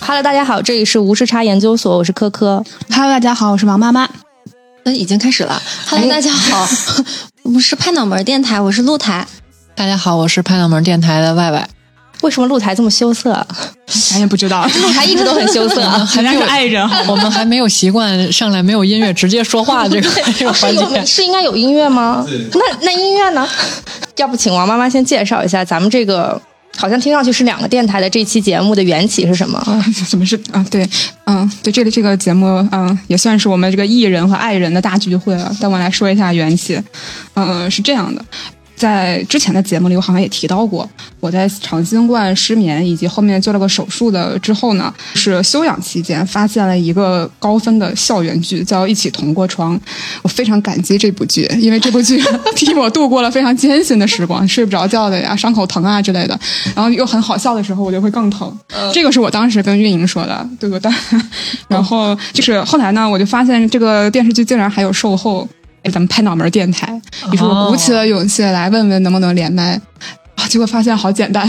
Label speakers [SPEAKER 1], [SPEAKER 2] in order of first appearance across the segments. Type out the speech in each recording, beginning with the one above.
[SPEAKER 1] Hello，大家好，这里是无时差研究所，我是科科。
[SPEAKER 2] Hello，大家好，我是王妈妈。
[SPEAKER 3] 嗯，已经开始了。Hello，大家
[SPEAKER 1] 哎哦
[SPEAKER 3] 好，我是拍脑门电台，我是露台。
[SPEAKER 4] 大家好，我是拍脑门电台的外外。
[SPEAKER 1] 为什么露台这么羞涩？啊
[SPEAKER 2] 咱哎也不知 道，
[SPEAKER 1] 露台一直都很羞 涩，啊
[SPEAKER 2] 人家是爱人。
[SPEAKER 4] 我们还没有习惯上来没有音乐直接说话这个这个环
[SPEAKER 1] 是有
[SPEAKER 4] 节。
[SPEAKER 1] 是应该有音乐吗？那那音乐呢？要不请王妈妈先介绍一下咱们这个。好像听上去是两个电台的这期节目的缘起是什么？
[SPEAKER 2] 什么是啊？对，嗯，对，这里这个节目，嗯，也算是我们这个艺人和爱人的大聚会了。但我来说一下缘起，嗯，是这样的，在之前的节目里，我好像也提到过，我在长新冠失眠以及后面做了个手术的之后呢，是休养期间发现了一个高分的校园剧，叫《一起同过窗》，我非常感激这部剧，因为这部剧 替我度过了非常艰辛的时光，睡不着觉的呀，伤口疼啊之类的，然后又很好笑的时候，我就会更疼。这个是我当时跟运营说的，对不对？ 然后就是后来呢，我就发现这个电视剧竟然还有售后。哎，咱们拍脑门电台，于是我鼓起了勇气来问问能不能连麦，啊，结果发现好简单，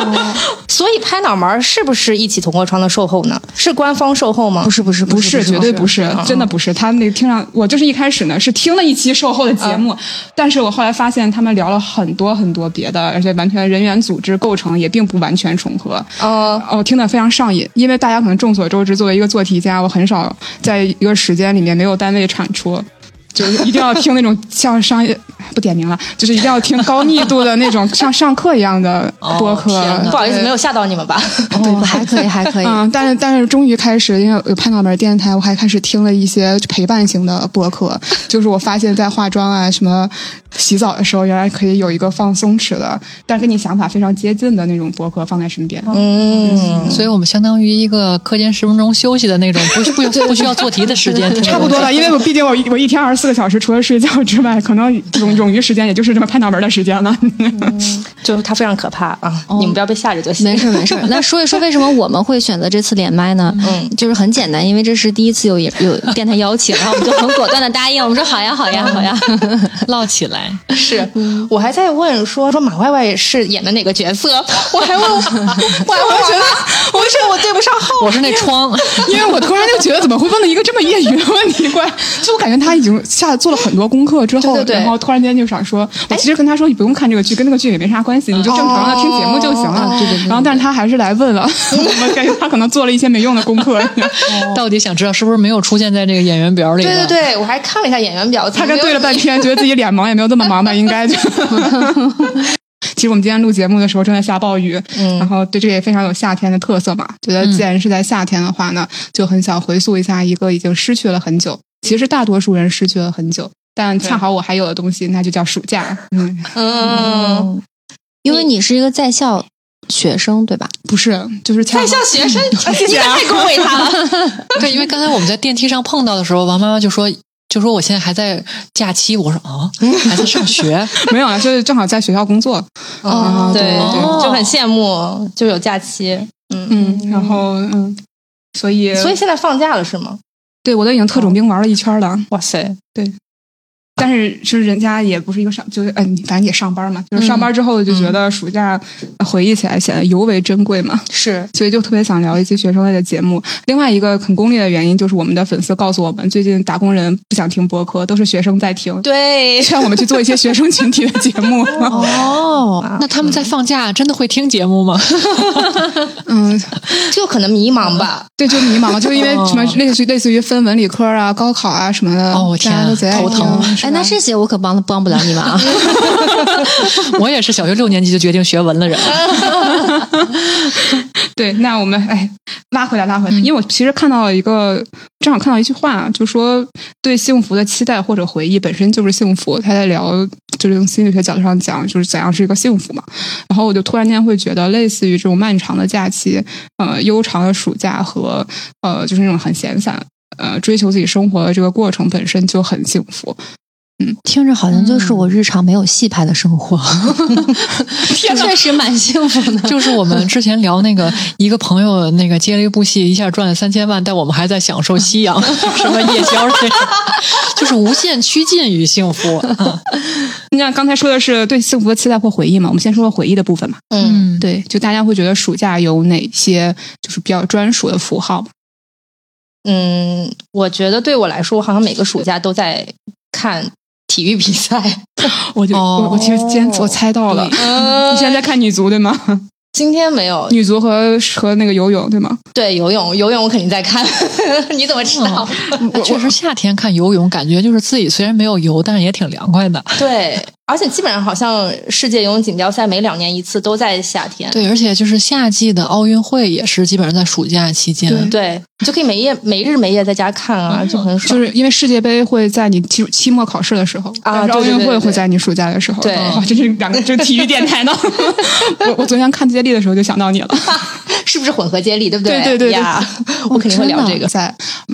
[SPEAKER 2] 哦
[SPEAKER 1] 所以拍脑门儿是不是一起同过窗的售后呢？是官方售后吗？
[SPEAKER 3] 不是不是
[SPEAKER 2] 不是，绝对不是，
[SPEAKER 1] 啊
[SPEAKER 2] 啊真的不是。他那个听上，我就是一开始呢是听了一期售后的节目，但是我后来发现他们聊了很多很多别的，而且完全人员组织构成也并不完全重合。
[SPEAKER 1] 呃，
[SPEAKER 2] 哦，听得非常上瘾，因为大家可能众所周知，作为一个做题家，我很少在一个时间里面没有单位产出。就是一定要听那 种像商业不点名了，就是一定要听高密度的那种像上课一样的播客。
[SPEAKER 4] 哦天哪哎
[SPEAKER 1] 不好意思，
[SPEAKER 2] 对
[SPEAKER 1] 没有吓到你们吧？
[SPEAKER 4] 哦
[SPEAKER 3] 对，还可以还可以。
[SPEAKER 2] 嗯，但是但是终于开始，因为有拍脑门电台，我还开始听了一些陪伴型的播客，就是我发现在化妆啊、什么洗澡的时候，原来可以有一个放松弛的，但跟你想法非常接近的那种播客放在身边。
[SPEAKER 1] 嗯，
[SPEAKER 4] 所以我们相当于一个课间十分钟休息的那种，不不不不需要做题的时间，
[SPEAKER 2] 差不 多了，因为我毕竟我一我一天二十四个小时，除了睡觉之外， 可能冗冗余时间也就是这么拍脑门的时间了。
[SPEAKER 1] 嗯就是它非常可怕啊！
[SPEAKER 2] 哦
[SPEAKER 1] 你们不要被吓着就行。
[SPEAKER 3] 没事没事，那说一说为什么我们会选择这次连麦呢？嗯，就是很简单，因为这是第一次有有电台邀请，然后我们就很果断的答应，我们说好呀好呀好呀。
[SPEAKER 4] 唠起来。
[SPEAKER 1] 是
[SPEAKER 2] 嗯
[SPEAKER 1] 我还在问说说马外外是演的哪个角色， 我还问，我还问我觉得，我说我对不上号，
[SPEAKER 4] 我是那窗，
[SPEAKER 2] 因为我突然就觉得，怎么会问了一个这么业余的问题？怪， 就我感觉他已经下做了很多功课之后，
[SPEAKER 1] 对对对哎
[SPEAKER 2] 然后突然间就想说，我其实跟他说你不用看这个剧，跟那个剧也没啥关系，你就正
[SPEAKER 1] 哦
[SPEAKER 2] 常的听节目就行了。然后，但是他还是来 问了，我感觉他可能做了一些没用的功课。
[SPEAKER 4] 到底想知道是不是没有出现在这个演员表里？
[SPEAKER 1] 对对，对，我还看了一下演员表，
[SPEAKER 2] 他跟对了半天，觉得自己脸盲也没有这么盲吧，应 该就。其实我们今天录节目的时候正在下暴雨，
[SPEAKER 1] 嗯
[SPEAKER 2] 然后对这个也非常有夏天的特色嘛。觉得既然是在夏天的话呢，就很想回溯一下一个已经失去了很久，其实大多数人失去了很久，但恰好我还有的东西，那就叫暑假。嗯，
[SPEAKER 1] 嗯，
[SPEAKER 3] 嗯， 因为你是一个在校学生对吧？
[SPEAKER 2] 不是，就是恰好
[SPEAKER 1] 在校学生，
[SPEAKER 2] 谢
[SPEAKER 1] 你
[SPEAKER 2] 谢
[SPEAKER 1] 可
[SPEAKER 2] 啊
[SPEAKER 1] 太恭维他了。
[SPEAKER 4] 对，因为刚才我们在电梯上碰到的时候，王妈妈就说。就说我现在还在假期，我说哦，还在上学，
[SPEAKER 2] 没有了，就是正好在学校工作。
[SPEAKER 1] 哦
[SPEAKER 2] 嗯啊对
[SPEAKER 1] 对
[SPEAKER 4] 哦，
[SPEAKER 1] 就很羡慕，就有假期，嗯，
[SPEAKER 2] 嗯，然后嗯，所以
[SPEAKER 1] 所以现在放假了是吗？
[SPEAKER 2] 对我都已经特种兵玩了一圈了。
[SPEAKER 1] 哇塞，
[SPEAKER 2] 但是就是人家也不是一个上，就是嗯、你反正也上班嘛，就是上班之后就觉
[SPEAKER 1] 嗯
[SPEAKER 2] 得暑假回忆起来显得尤为珍贵嘛，
[SPEAKER 1] 是
[SPEAKER 2] 所以就特别想聊一期学生类的节目。另外一个很功利的原因就是我们的粉丝告诉我们，最近打工人不想听播客，都是学生在听，
[SPEAKER 1] 对，
[SPEAKER 2] 劝我们去做一些学生群体的节目。
[SPEAKER 4] 哦，那他们在放假真的会听节目吗？
[SPEAKER 2] 嗯，
[SPEAKER 1] 就可能迷茫吧。
[SPEAKER 2] 对，就迷茫，就是因为什么类似于类似于分文理科啊、高考啊什么的，
[SPEAKER 4] 哦哦我天啊
[SPEAKER 2] 大家都贼爱听
[SPEAKER 4] 头疼
[SPEAKER 2] 是吧
[SPEAKER 3] 哎，那这些我可帮帮不了你 们啊。
[SPEAKER 4] 我也是小学六年级就决定学文的人，
[SPEAKER 2] 对，那我们哎，拉回来，拉回来，因为我其实看到了一个，正好看到一句话，就说对幸福的期待或者回忆本身就是幸福。他在聊，就是从心理学角度上讲，就是怎样是一个幸福嘛。然后我就突然间会觉得，类似于这种漫长的假期，呃，悠长的暑假和呃，就是那种很闲散，呃，追求自己生活的这个过程本身就很幸福。
[SPEAKER 3] 听着好像就是我日常没有戏拍的生 活， 确实蛮幸福的。
[SPEAKER 4] 就是我们之前聊那个，一个朋友那个接了一部戏，一下赚了三千万，但我们还在享受夕阳， 什么夜宵这种，就是无限趋近于幸福。嗯
[SPEAKER 2] 那刚才说的是对幸福的期待或回忆嘛，我们先说说回忆的部分嘛。
[SPEAKER 1] 嗯，
[SPEAKER 2] 对，就大家会觉得暑假有哪些就是比较专属的符号？
[SPEAKER 1] 嗯，我觉得对我来说，我好像每个暑假都在看体育比赛。
[SPEAKER 2] 我就、
[SPEAKER 4] 哦
[SPEAKER 2] 我我其实今天我猜 到了，
[SPEAKER 1] 嗯
[SPEAKER 2] 你现在在看女足对
[SPEAKER 1] 呃
[SPEAKER 2] 吗？
[SPEAKER 1] 今天没有
[SPEAKER 2] 女足和和那个游泳对吗？
[SPEAKER 1] 对游泳，游泳我肯定在看。 你怎么知道？
[SPEAKER 4] 确实，夏天看游泳，感觉就是自己虽然没有游，但是也挺凉快的。
[SPEAKER 1] 对，而且基本上好像世界游泳锦标赛每两年一次，都在夏天。
[SPEAKER 4] 对，而且就是夏季的奥运会也是基本上在暑假期间。
[SPEAKER 1] 对，你就可以每夜没日没夜在家看啊，就很爽。
[SPEAKER 2] 就是因为世界杯会在你期期末考试的时候，
[SPEAKER 1] 啊
[SPEAKER 2] 但是奥
[SPEAKER 1] 对对
[SPEAKER 2] 运
[SPEAKER 1] 对
[SPEAKER 2] 会
[SPEAKER 1] 对
[SPEAKER 2] 会在你暑假的时候。
[SPEAKER 1] 对
[SPEAKER 2] 哇，这是两个这是体育电台呢。 我我昨天看接力的时候就想到你了。
[SPEAKER 1] 是不是混合接力？对不
[SPEAKER 2] 对
[SPEAKER 1] 对
[SPEAKER 2] 对对对
[SPEAKER 1] 呀， 我肯定会聊这个。
[SPEAKER 2] 在，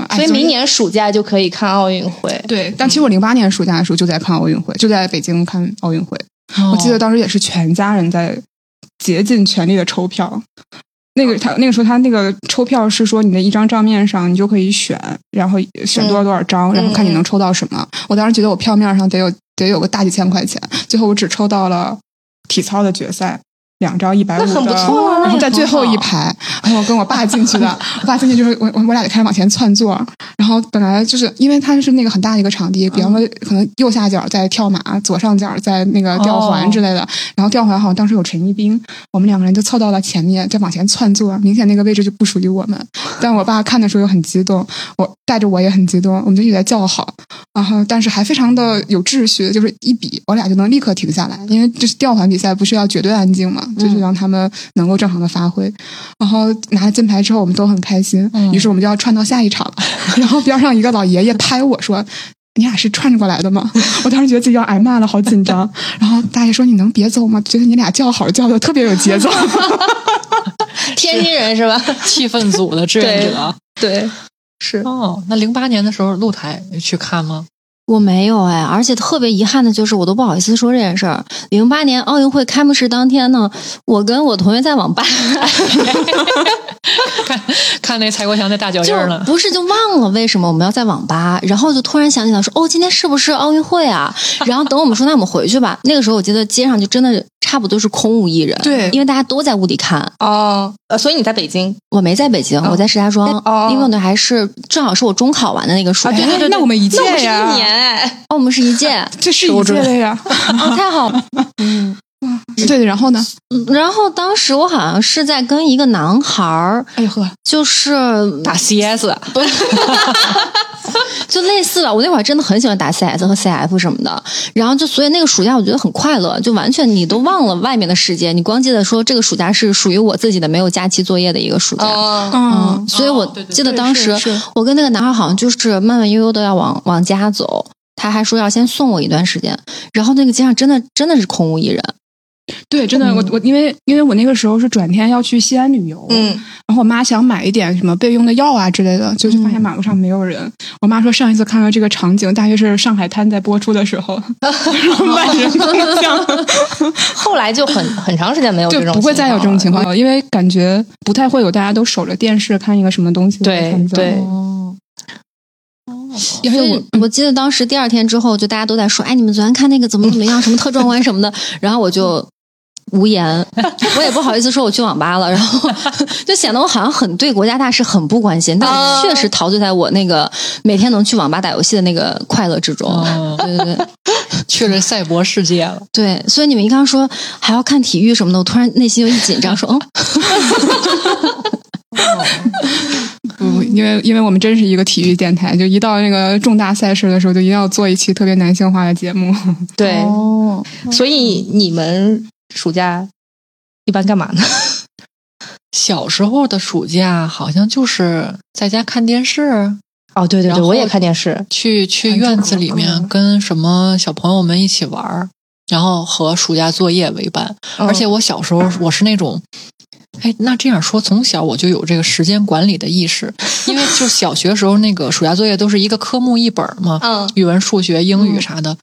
[SPEAKER 2] 哎
[SPEAKER 1] 所以
[SPEAKER 2] 昨天
[SPEAKER 1] 明年暑假就可以看奥运会。
[SPEAKER 2] 对，但其实我零八年暑假的时候就在看奥运会，就在北京看奥运会。
[SPEAKER 4] 哦
[SPEAKER 2] 我记得当时也是全家人在竭尽全力的抽票。那个他那个时候他那个抽票是说你的一张账面上你就可以选，然后选多少多少张，然后看你能抽到什么。我当时觉得我票面上得有得有个大几千块钱，最后我只抽到了体操的决赛。两张一百五
[SPEAKER 1] 那
[SPEAKER 2] 的，
[SPEAKER 1] 很不错啊那
[SPEAKER 2] 然后
[SPEAKER 1] 也
[SPEAKER 2] 在
[SPEAKER 1] 很
[SPEAKER 2] 最后一
[SPEAKER 1] 好
[SPEAKER 2] 排，然后我跟我爸进去 的，我爸进去就是我我我俩得开始往前窜座，然后本来就是因为它是那个很大的一个场地，比方
[SPEAKER 1] 嗯
[SPEAKER 2] 说可能右下角在跳马，左上角在那个吊
[SPEAKER 1] 哦
[SPEAKER 2] 环之类的。然后吊环好像当时有陈一冰，我们两个人就凑到了前面，再往前窜坐，明显那个位置就不属于我们。但我爸看的时候又很激动，我带着我也很激动，我们就一直在叫好，然后嗯但是还非常的有秩序，就是一比我俩就能立刻停下来，因为就是吊环比赛不是要绝对安静嘛，
[SPEAKER 1] 嗯
[SPEAKER 2] 就是让他们能够正常的发挥。然后拿了金牌之后，我们都很开心，
[SPEAKER 1] 嗯
[SPEAKER 2] 于是我们就要串到下一场了。 然后边上一个老爷爷拍我说。你俩是串着过来的吗？我当时觉得自己要挨骂了，好紧张。然后大爷说：“你能别揍吗？”觉得你俩叫好叫的特别有节
[SPEAKER 1] 啊
[SPEAKER 2] 奏。
[SPEAKER 1] 天津人是吧？
[SPEAKER 4] 气氛组的志愿者。
[SPEAKER 1] 对，是
[SPEAKER 4] 哦，那零八年的时候露台去看吗？
[SPEAKER 3] 我没有哎，而且特别遗憾的就是，我都不好意思说这件事儿。零八年奥运会开幕式当天呢，我跟我同学在网吧，
[SPEAKER 4] 看看那蔡国强那大脚印
[SPEAKER 3] 就
[SPEAKER 4] 儿呢？
[SPEAKER 3] 不是就忘了为什么我们要在网吧，然后就突然想起来说，哦，今天是不是奥运会啊？然后等我们说，那我们回去吧。那个时候我记得街上就真的差不多是空无一人，
[SPEAKER 2] 对
[SPEAKER 3] 因为大家都在屋里看。
[SPEAKER 1] 哦，呃，所以你在北京
[SPEAKER 3] 我没在北京，我在石家庄，
[SPEAKER 1] 哦
[SPEAKER 3] 因为我那还是正好是我中考完的那个暑假，
[SPEAKER 2] 哎那我们一届
[SPEAKER 1] 那我是
[SPEAKER 2] 呀
[SPEAKER 1] 一，年哎，
[SPEAKER 3] 哦，我们是一届，
[SPEAKER 2] 这是一届的呀。
[SPEAKER 3] 哦，太好了。嗯，
[SPEAKER 2] 对，然后呢？
[SPEAKER 3] 然后当时我好像是在跟一个男孩儿，
[SPEAKER 2] 哎呦呵，
[SPEAKER 3] 就是
[SPEAKER 4] 打 CS，
[SPEAKER 3] 就类似了。我那会儿真的很喜欢打 CS 和 CF 什么的，然后就所以那个暑假我觉得很快乐，就完全你都忘了外面的世界，你光记得说这个暑假是属于我自己的没有假期作业的一个暑假。
[SPEAKER 1] 哦，
[SPEAKER 2] 嗯
[SPEAKER 3] 嗯，，所以我
[SPEAKER 4] 对对
[SPEAKER 3] 记得
[SPEAKER 2] 对
[SPEAKER 3] 当时
[SPEAKER 2] 是是
[SPEAKER 3] 我跟那个男孩好像就是慢慢悠悠的要往往家走，他还说要先送我一段时间，然后那个街上真的真的是空无一人，
[SPEAKER 2] 对，真的，我我因为因为我那个时候是转天要去西安旅游，
[SPEAKER 1] 嗯，
[SPEAKER 2] 然后我妈想买一点什么备用的药啊之类的，就就发现马路上没有人。我妈说上一次看到这个场景，大约是《上海滩》在播出的时 候，万人空巷，
[SPEAKER 1] 后来就 很很长时间没有这
[SPEAKER 2] 就
[SPEAKER 1] 种，
[SPEAKER 2] 不会再有哦这种情。况了，因为感觉不太会有大家都守着电视看一个什么东西的
[SPEAKER 1] 对
[SPEAKER 2] 场景
[SPEAKER 1] 对
[SPEAKER 3] 哦，
[SPEAKER 2] 因
[SPEAKER 3] 所
[SPEAKER 2] 为
[SPEAKER 3] 以
[SPEAKER 2] 我
[SPEAKER 3] 我记得当时第二天之后，就大家都在说：“哎，你们昨天看那个怎么怎么 样，什么特壮观什么的。”然后我就无 言，我也不好意思说我去网吧了，然后 就显得我好像很对国家大事很不关心，但
[SPEAKER 1] 啊
[SPEAKER 3] 我确实陶醉在我那个每天能去网吧打游戏的那个快乐之中。
[SPEAKER 4] 哦
[SPEAKER 3] 对对对
[SPEAKER 4] 去了赛博世界了。
[SPEAKER 3] 对，所以你们一刚说还要看体育什么的，我突然内心就一紧张，说：“ 嗯，
[SPEAKER 2] 不，因为因为我们真是一个体育电台，就一到那个重大赛事的时候，就一定要做一期特别男性化的节目。
[SPEAKER 1] 对，
[SPEAKER 3] 哦，
[SPEAKER 1] 所以你们暑假一般干嘛呢？
[SPEAKER 4] 小时候的暑假好像就是在家看电视，
[SPEAKER 1] 哦，对对
[SPEAKER 4] 然
[SPEAKER 1] 对，
[SPEAKER 4] 后
[SPEAKER 1] 我也看电视。
[SPEAKER 4] 去去院子里面跟什么小朋友们一起玩儿，然后和暑假作业为伴。
[SPEAKER 1] 嗯
[SPEAKER 4] 而且我小时候我是那种哎，那这样说，从小我就有这个时间管理的意识，因为就小学时候那个暑假作业都是一个科目一本儿嘛，
[SPEAKER 1] 嗯
[SPEAKER 4] 语文、数学、英语啥的。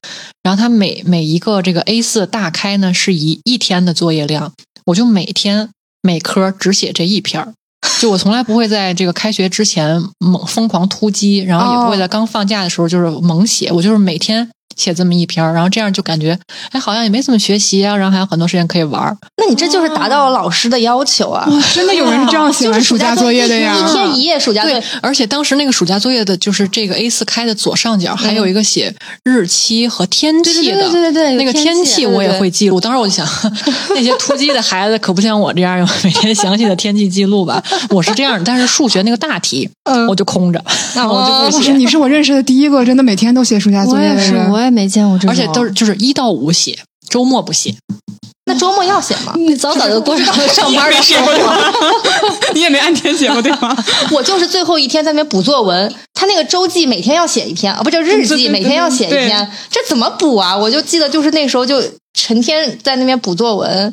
[SPEAKER 4] 然后它每每一个这个 A 四大开呢，是以一天的作业量，我就每天每科只写这一篇儿。就我从来不会在这个开学之前猛疯狂突击，然后也不会在刚放假的时候就是猛写，我就是每天写这么一篇儿，然后这样就感觉哎好像也没怎么学习啊，然后还有很多时间可以玩儿。
[SPEAKER 1] 那你这就是达到了老师的要求啊！
[SPEAKER 2] 真的有人是这样写完暑假作业的呀
[SPEAKER 1] 一？天一夜暑假作
[SPEAKER 4] 对
[SPEAKER 1] 业，，
[SPEAKER 4] 而且当时那个暑假作业的，就是这个 A 四开的左上
[SPEAKER 2] 嗯
[SPEAKER 4] 角还有一个写日期和天气的，
[SPEAKER 1] 对对对对对对
[SPEAKER 4] 那个
[SPEAKER 1] 天气
[SPEAKER 4] 气我也会记录。当时我就想， 那些突击的孩子可不像我这样有每天详细的天气记录吧？ 我是这样的，但是数学那个大题，
[SPEAKER 2] 嗯
[SPEAKER 4] 我就空着，
[SPEAKER 2] 哦
[SPEAKER 4] 我就
[SPEAKER 2] 老
[SPEAKER 4] 不
[SPEAKER 2] 师，
[SPEAKER 4] 写。
[SPEAKER 2] 你是我认识的第一个真的每天都写暑假作
[SPEAKER 3] 我
[SPEAKER 2] 业
[SPEAKER 3] 也
[SPEAKER 2] 的
[SPEAKER 3] 是，我
[SPEAKER 2] 人。
[SPEAKER 3] 也没见过这种，
[SPEAKER 4] 而且都是就是一到五写，周末不写。
[SPEAKER 1] 那周末要写吗？
[SPEAKER 3] 你早早就过上了上班的生活。
[SPEAKER 2] 你也没按天写过对吗？
[SPEAKER 1] 我就是最后一天在那边补作文，他那个周记每天要写一篇啊，不叫日
[SPEAKER 2] 对对
[SPEAKER 1] 记，
[SPEAKER 2] 对
[SPEAKER 1] 每天要写一
[SPEAKER 2] 对
[SPEAKER 1] 篇，这怎么补啊？我就记得就是那时候就成天在那边补作文，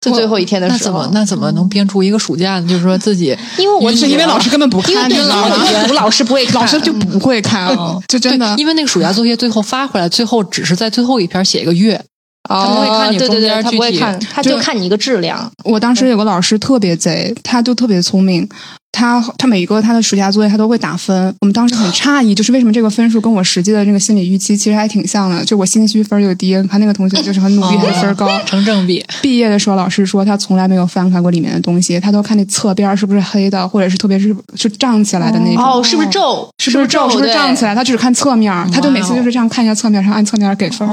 [SPEAKER 1] 就最后一天的
[SPEAKER 4] 那
[SPEAKER 1] 时
[SPEAKER 4] 怎
[SPEAKER 1] 候
[SPEAKER 4] 么，那怎么能编出一个暑假呢？就是说自己
[SPEAKER 1] 因为我
[SPEAKER 2] 是因为老师根本不
[SPEAKER 1] 因为
[SPEAKER 2] 看，
[SPEAKER 1] 对
[SPEAKER 2] 你知道吗？
[SPEAKER 1] 因为老师不会看，
[SPEAKER 2] 老师就不会看，哦就真的
[SPEAKER 4] 嗯
[SPEAKER 1] 嗯
[SPEAKER 4] 对，因为那个暑假作业最后发回来，最后只是在最后一篇写一个月，
[SPEAKER 1] 他
[SPEAKER 4] 不会看你
[SPEAKER 1] 哦对对
[SPEAKER 4] 中
[SPEAKER 1] 对，
[SPEAKER 4] 间
[SPEAKER 1] 他
[SPEAKER 4] 具
[SPEAKER 1] 不会
[SPEAKER 4] 体
[SPEAKER 1] 看，他就
[SPEAKER 2] 对
[SPEAKER 1] 看你一个质量。
[SPEAKER 2] 哦我当时有个老师特别贼，他就特别聪明，他他每一个他的暑假作业他都会打分。我们当时很诧异，就是为什么这个分数跟我实际的这个心理预期其实还挺像的。就我心虚分儿就低，他那个同学就是很努力，
[SPEAKER 4] 哦
[SPEAKER 2] 很分儿 高。
[SPEAKER 4] 成正比。
[SPEAKER 2] 毕业的时候，老师说他从来没有翻开过里面的东西，他都看那侧边儿是不是黑的，或者是特别是是胀起来的那种。
[SPEAKER 1] 哦，是不是皱？
[SPEAKER 2] 是不是哦
[SPEAKER 1] 皱？
[SPEAKER 2] 皱？是不是
[SPEAKER 1] 对
[SPEAKER 2] 胀起？来？他只是看侧面儿，他就每次就是这样看一下侧面儿，然后按侧面儿给分儿。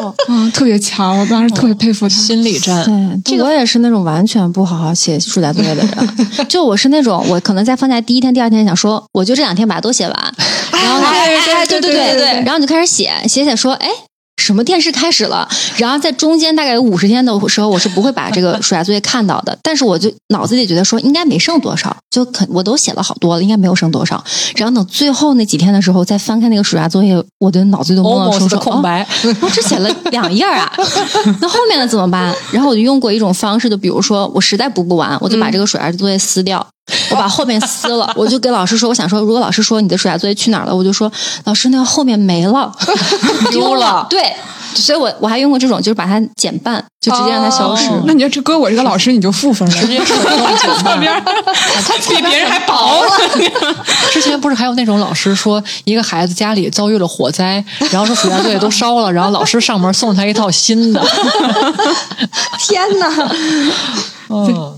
[SPEAKER 4] 哦，
[SPEAKER 2] 嗯，特别强，我当时特别佩服他。
[SPEAKER 4] 心理战。
[SPEAKER 3] 对，就我也是那种完全不好好写暑假作业的人。啊就我是那种，我可能在放假第一天、第二天想说，我就这两天把它都写完，然后
[SPEAKER 1] 哎哎哎
[SPEAKER 3] 对
[SPEAKER 1] 对对
[SPEAKER 3] 对
[SPEAKER 1] 对对
[SPEAKER 3] 然后你就开始写，写写说，哎。什么电视开始了？然后在中间大概有五十天的时候，我是不会把这个暑假作业看到 的。但是我就脑子里觉得说应该没剩多少，就肯我都写了好多了，应该没有剩多少。然后等最后那几天的时候，再翻开那个暑假作业，我的脑子里都懵了
[SPEAKER 4] almost
[SPEAKER 3] 说说，
[SPEAKER 4] 空
[SPEAKER 3] 哦
[SPEAKER 4] 白，
[SPEAKER 3] 我只写了两页儿啊，那后面的怎么办？然后我就用过一种方式，就比如说我实在补不完，我就把这个暑假作业撕掉，我把后面撕了，我就给老师说，我想说，如果老师说你的暑假作业去哪儿了，我就说老师，那个后面没了，
[SPEAKER 1] 丢了
[SPEAKER 3] 对，所以我我还用过这种，就是把它减半，就直接让它消失。
[SPEAKER 1] 哦
[SPEAKER 2] 那你要这搁我这个老师，你就负分了。
[SPEAKER 4] 直接手动减半。
[SPEAKER 2] 比别人还薄了。
[SPEAKER 4] 之前不是还有那种老师说，一个孩子家里遭遇了火灾，然后说暑假作业都烧了，然后老师上门送他一套新 的。
[SPEAKER 1] 天哪！
[SPEAKER 4] 嗯，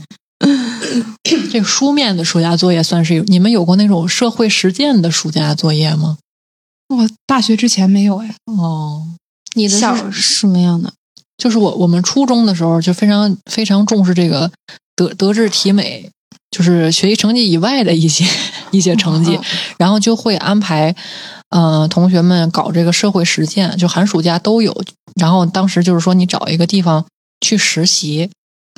[SPEAKER 4] 这个书面的暑假作业算是有，你们有过那种社会实践的暑假作业吗？
[SPEAKER 2] 我大学之前没有哎，
[SPEAKER 4] 哦，
[SPEAKER 3] 你的
[SPEAKER 1] 小
[SPEAKER 3] 是什么样的？
[SPEAKER 4] 就是我我们初中的时候就非常非常重视这个德德智体美，就是学习成绩以外的一些 一些成绩，然后就会安排呃同学们搞这个社会实践，就寒暑假都有。然后当时就是说你找一个地方去实习。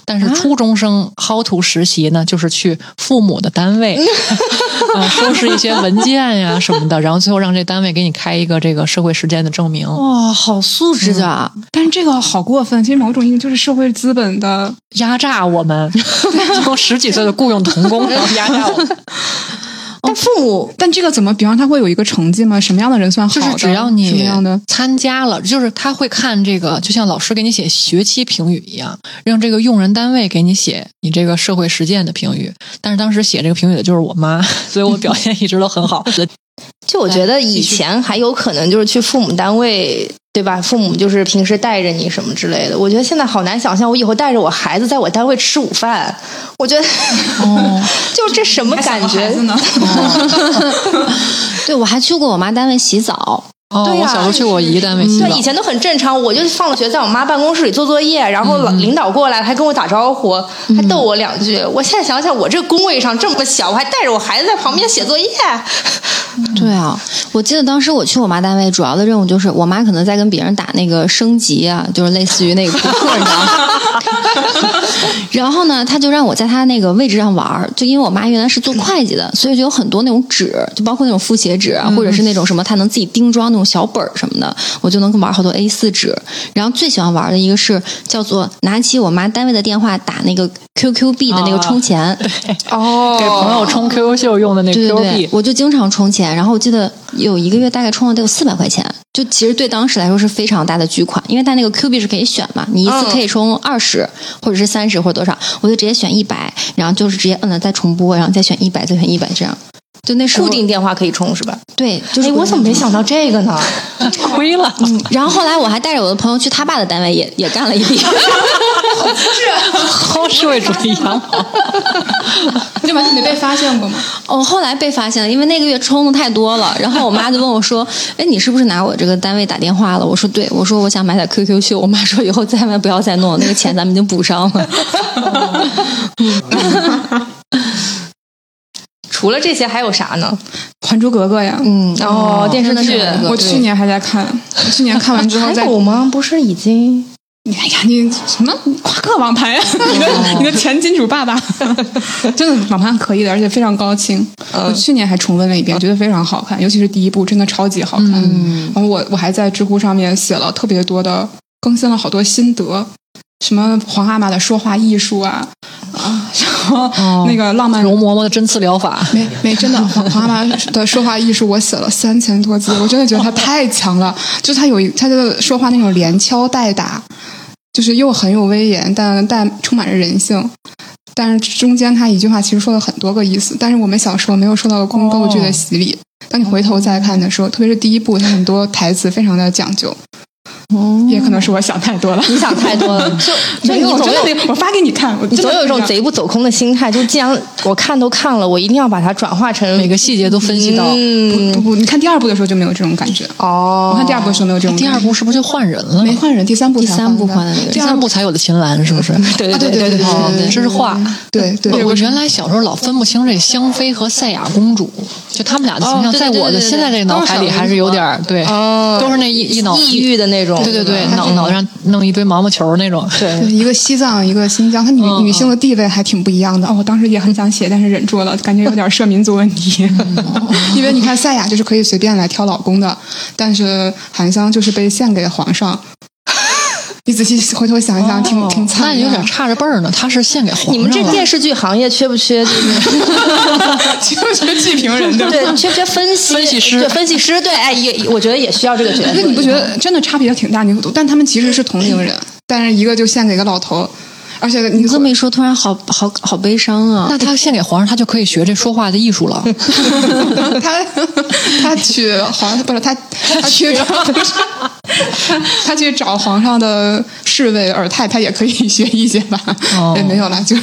[SPEAKER 4] 但是初中生 how to 实习呢，就是去父母的单位，啊，收拾一些文件呀什么的，然后最后让这单位给你开一个这个社会实践的证明。
[SPEAKER 2] 哇，好素
[SPEAKER 3] 是的啊，
[SPEAKER 2] 但是这个好过分，其实某种意义就是社会资本的。
[SPEAKER 4] 压榨我们，从十几岁的雇佣童工，然后压榨我们，
[SPEAKER 1] 但父母
[SPEAKER 2] 但这个怎么比方他会有一个成绩吗？什么样的人算好
[SPEAKER 4] 就
[SPEAKER 2] 的？
[SPEAKER 4] 是只要
[SPEAKER 2] 什么
[SPEAKER 4] 你
[SPEAKER 2] 样的？
[SPEAKER 4] 参加了，就是他会看这个，就像老师给你写学期评语一样，让这个用人单位给你写你这个社会实践的评语。但是当时写这个评语的就是我妈，所以我表现一直都很好。
[SPEAKER 1] 就我觉得以前还有可能就是去父母单位，对吧？父母就是平时带着你什么之类的。我觉得现在好难想象，我以后带着我孩子在我单位吃午饭，我觉得
[SPEAKER 4] 哦，
[SPEAKER 1] 就这什么感觉？
[SPEAKER 2] 呢？
[SPEAKER 3] 对我还去过我妈单位洗澡，
[SPEAKER 4] 哦，
[SPEAKER 1] 对呀
[SPEAKER 4] 我小时候去我姨单位洗
[SPEAKER 1] 对，
[SPEAKER 4] 澡
[SPEAKER 1] 以。前都很正常。我就放了学，在我妈办公室里做作业，然后老领导过来还跟我打招呼，还逗我两句。我现在想想，我这工位上这么小，我还带着我孩子在旁边写作业，
[SPEAKER 3] 对啊，我记得当时我去我妈单位，主要的任务就是我妈可能在跟别人打那个升级啊，就是类似于那个扑克，你知道吗？ 然后呢，她就让我在她那个位置上玩儿，就因为我妈原来是做会计的，所以就有很多那种纸，就包括那种复写纸啊，或者是那种什么她能自己钉装那种小本儿什么的，我就能玩好多 A 四纸。然后最喜欢玩的一个是叫做拿起我妈单位的电话打那个 QQ 币的那个充钱，
[SPEAKER 2] 哦，
[SPEAKER 4] 给朋友充 QQ 秀用的那
[SPEAKER 3] 对
[SPEAKER 4] QQ
[SPEAKER 3] 对对
[SPEAKER 4] 币，，
[SPEAKER 3] 我就经常充钱，然后我记得有一个月大概充了得有四百块钱，就其实对当时来说是非常大的巨款，因为它那个 Q 币是可以选嘛，你一次
[SPEAKER 1] 嗯
[SPEAKER 3] 可以充二十、或者是三十或者多少，我就直接选一百，然后就是直接摁了再重播，然后再选一百，再选一百这样。就那时候
[SPEAKER 1] 固定电话可以充是吧？
[SPEAKER 3] 对，就
[SPEAKER 1] 哎
[SPEAKER 3] 是，
[SPEAKER 1] 我怎么没想到这个呢？
[SPEAKER 4] 亏了。
[SPEAKER 3] 嗯？然后后来我还带着我的朋友去他爸的单位也也干了 一笔，
[SPEAKER 4] 薅社会主义养老，
[SPEAKER 2] 你就完全没被发现过吗？
[SPEAKER 3] 我哦后来被发现了，因为那个月充的太多 了，然后我妈就问我说：“哎，你是不是拿我这个单位打电话了？”我说：“对。”我说：“我想买点 QQ 秀。”我妈说：“以后再万不要再弄了，那个钱咱们已经补上 了。
[SPEAKER 1] 除了这些还有啥呢？
[SPEAKER 2] 《还珠格格》呀”，
[SPEAKER 3] 嗯，然后
[SPEAKER 1] 哦，电视
[SPEAKER 3] 真的是
[SPEAKER 1] 剧
[SPEAKER 3] 有一个
[SPEAKER 2] 我去年还在看，我去年看完之后
[SPEAKER 1] 还
[SPEAKER 2] 再
[SPEAKER 1] 有吗？不是已经
[SPEAKER 2] 你哎呀，你什么夸克网盘呀？你的你的前金主爸爸，真的网盘可以的，而且非常高清。我去年还重温了一遍，觉得非常好看，尤其是第一部，真的超级好看。
[SPEAKER 4] 嗯
[SPEAKER 2] 然后我我还在知乎上面写了特别多的，更新了好多心得，什么皇阿玛的说话艺术啊啊，然后那个浪漫
[SPEAKER 4] 容嬷嬷的针刺疗法，
[SPEAKER 2] 没没，真的，黄黄阿玛的说话艺术我写了三千多字，我真的觉得她太强了。就是她有一，她的说话那种连敲带打，就是又很有威严，但但充满着人性。但是中间她一句话其实说了很多个意思，但是我们小时候没有受到宫斗剧的洗礼。当你回头再看的时候，特别是第一部，它很多台词非常的讲究。也可能是我想太多了。
[SPEAKER 1] 你想太多了，就就
[SPEAKER 2] 没
[SPEAKER 1] 你
[SPEAKER 2] 有，
[SPEAKER 1] 总
[SPEAKER 2] 真的
[SPEAKER 1] 有
[SPEAKER 2] 没有，我发给你看。我
[SPEAKER 1] 你总有一
[SPEAKER 2] 真的
[SPEAKER 1] 种
[SPEAKER 2] 是这样
[SPEAKER 1] 贼不走空的心态，就既然我看都看了，我一定要把它转化成
[SPEAKER 4] 每个细节都分析到。
[SPEAKER 2] 不
[SPEAKER 1] 嗯
[SPEAKER 2] 不，你看第二部的时候就没有这种感觉。
[SPEAKER 1] 哦，
[SPEAKER 2] 我看哎第二部的时候没有这种感
[SPEAKER 4] 第
[SPEAKER 2] 觉。
[SPEAKER 4] 二部是不是就换人了？
[SPEAKER 2] 没换人，第三部
[SPEAKER 3] 第
[SPEAKER 2] 才
[SPEAKER 3] 三部
[SPEAKER 2] 的
[SPEAKER 3] 换的那个
[SPEAKER 2] 第
[SPEAKER 4] 第
[SPEAKER 3] 人，
[SPEAKER 2] 二
[SPEAKER 4] 三部才有的秦岚是不是？
[SPEAKER 1] 对
[SPEAKER 2] 啊
[SPEAKER 1] 对
[SPEAKER 2] 对
[SPEAKER 1] 对
[SPEAKER 2] 对
[SPEAKER 1] 对
[SPEAKER 2] 对对，嗯
[SPEAKER 4] 对这是画
[SPEAKER 2] 对对，
[SPEAKER 4] 我我原来小时候老分不清这香妃和赛亚公主，就他们俩的形象，
[SPEAKER 3] 哦对
[SPEAKER 4] 在
[SPEAKER 3] 对对
[SPEAKER 4] 我的
[SPEAKER 3] 对对
[SPEAKER 4] 现在这个脑海里还是有点儿对，
[SPEAKER 1] 哦
[SPEAKER 4] 都是那一一脑
[SPEAKER 1] 抑郁的那种，
[SPEAKER 4] 对对对，
[SPEAKER 1] 嗯
[SPEAKER 4] 脑脑袋上弄一堆毛毛球那种。
[SPEAKER 2] 对
[SPEAKER 1] 对。
[SPEAKER 2] 一个西藏，一个新疆，她女
[SPEAKER 4] 嗯
[SPEAKER 2] 女性的地位还挺不一样的。哦，我当时也很想写，但是忍住了，感觉有点涉民族问题。 因为你看赛亚就是可以随便来挑老公的，但是韩香就是被献给皇上。 你仔细回头想一想，挺挺惨
[SPEAKER 4] 哦那
[SPEAKER 2] 的，
[SPEAKER 4] 有点差着辈儿呢，他是献给皇上
[SPEAKER 1] 你们这
[SPEAKER 4] 了
[SPEAKER 1] 电视剧行业缺不缺就是
[SPEAKER 2] 就是剧评人的。
[SPEAKER 1] 对，缺不缺分析
[SPEAKER 4] 分析师
[SPEAKER 1] 对分析师，对，哎，也我觉得也需要这个角
[SPEAKER 2] 那
[SPEAKER 1] 色。
[SPEAKER 2] 你不觉得真的差别挺大？你但他们其实是同龄人，但是一个就献给一个老头，而且你
[SPEAKER 3] 你这么 一说，突然好好好悲伤啊！
[SPEAKER 4] 那他献给皇上，他就可以学这说话的艺术了。
[SPEAKER 2] 他他去皇不是他他去不是他他去找皇上的侍卫尔泰，他也可以学一些吧？
[SPEAKER 4] 哦
[SPEAKER 2] 也没有啦，就是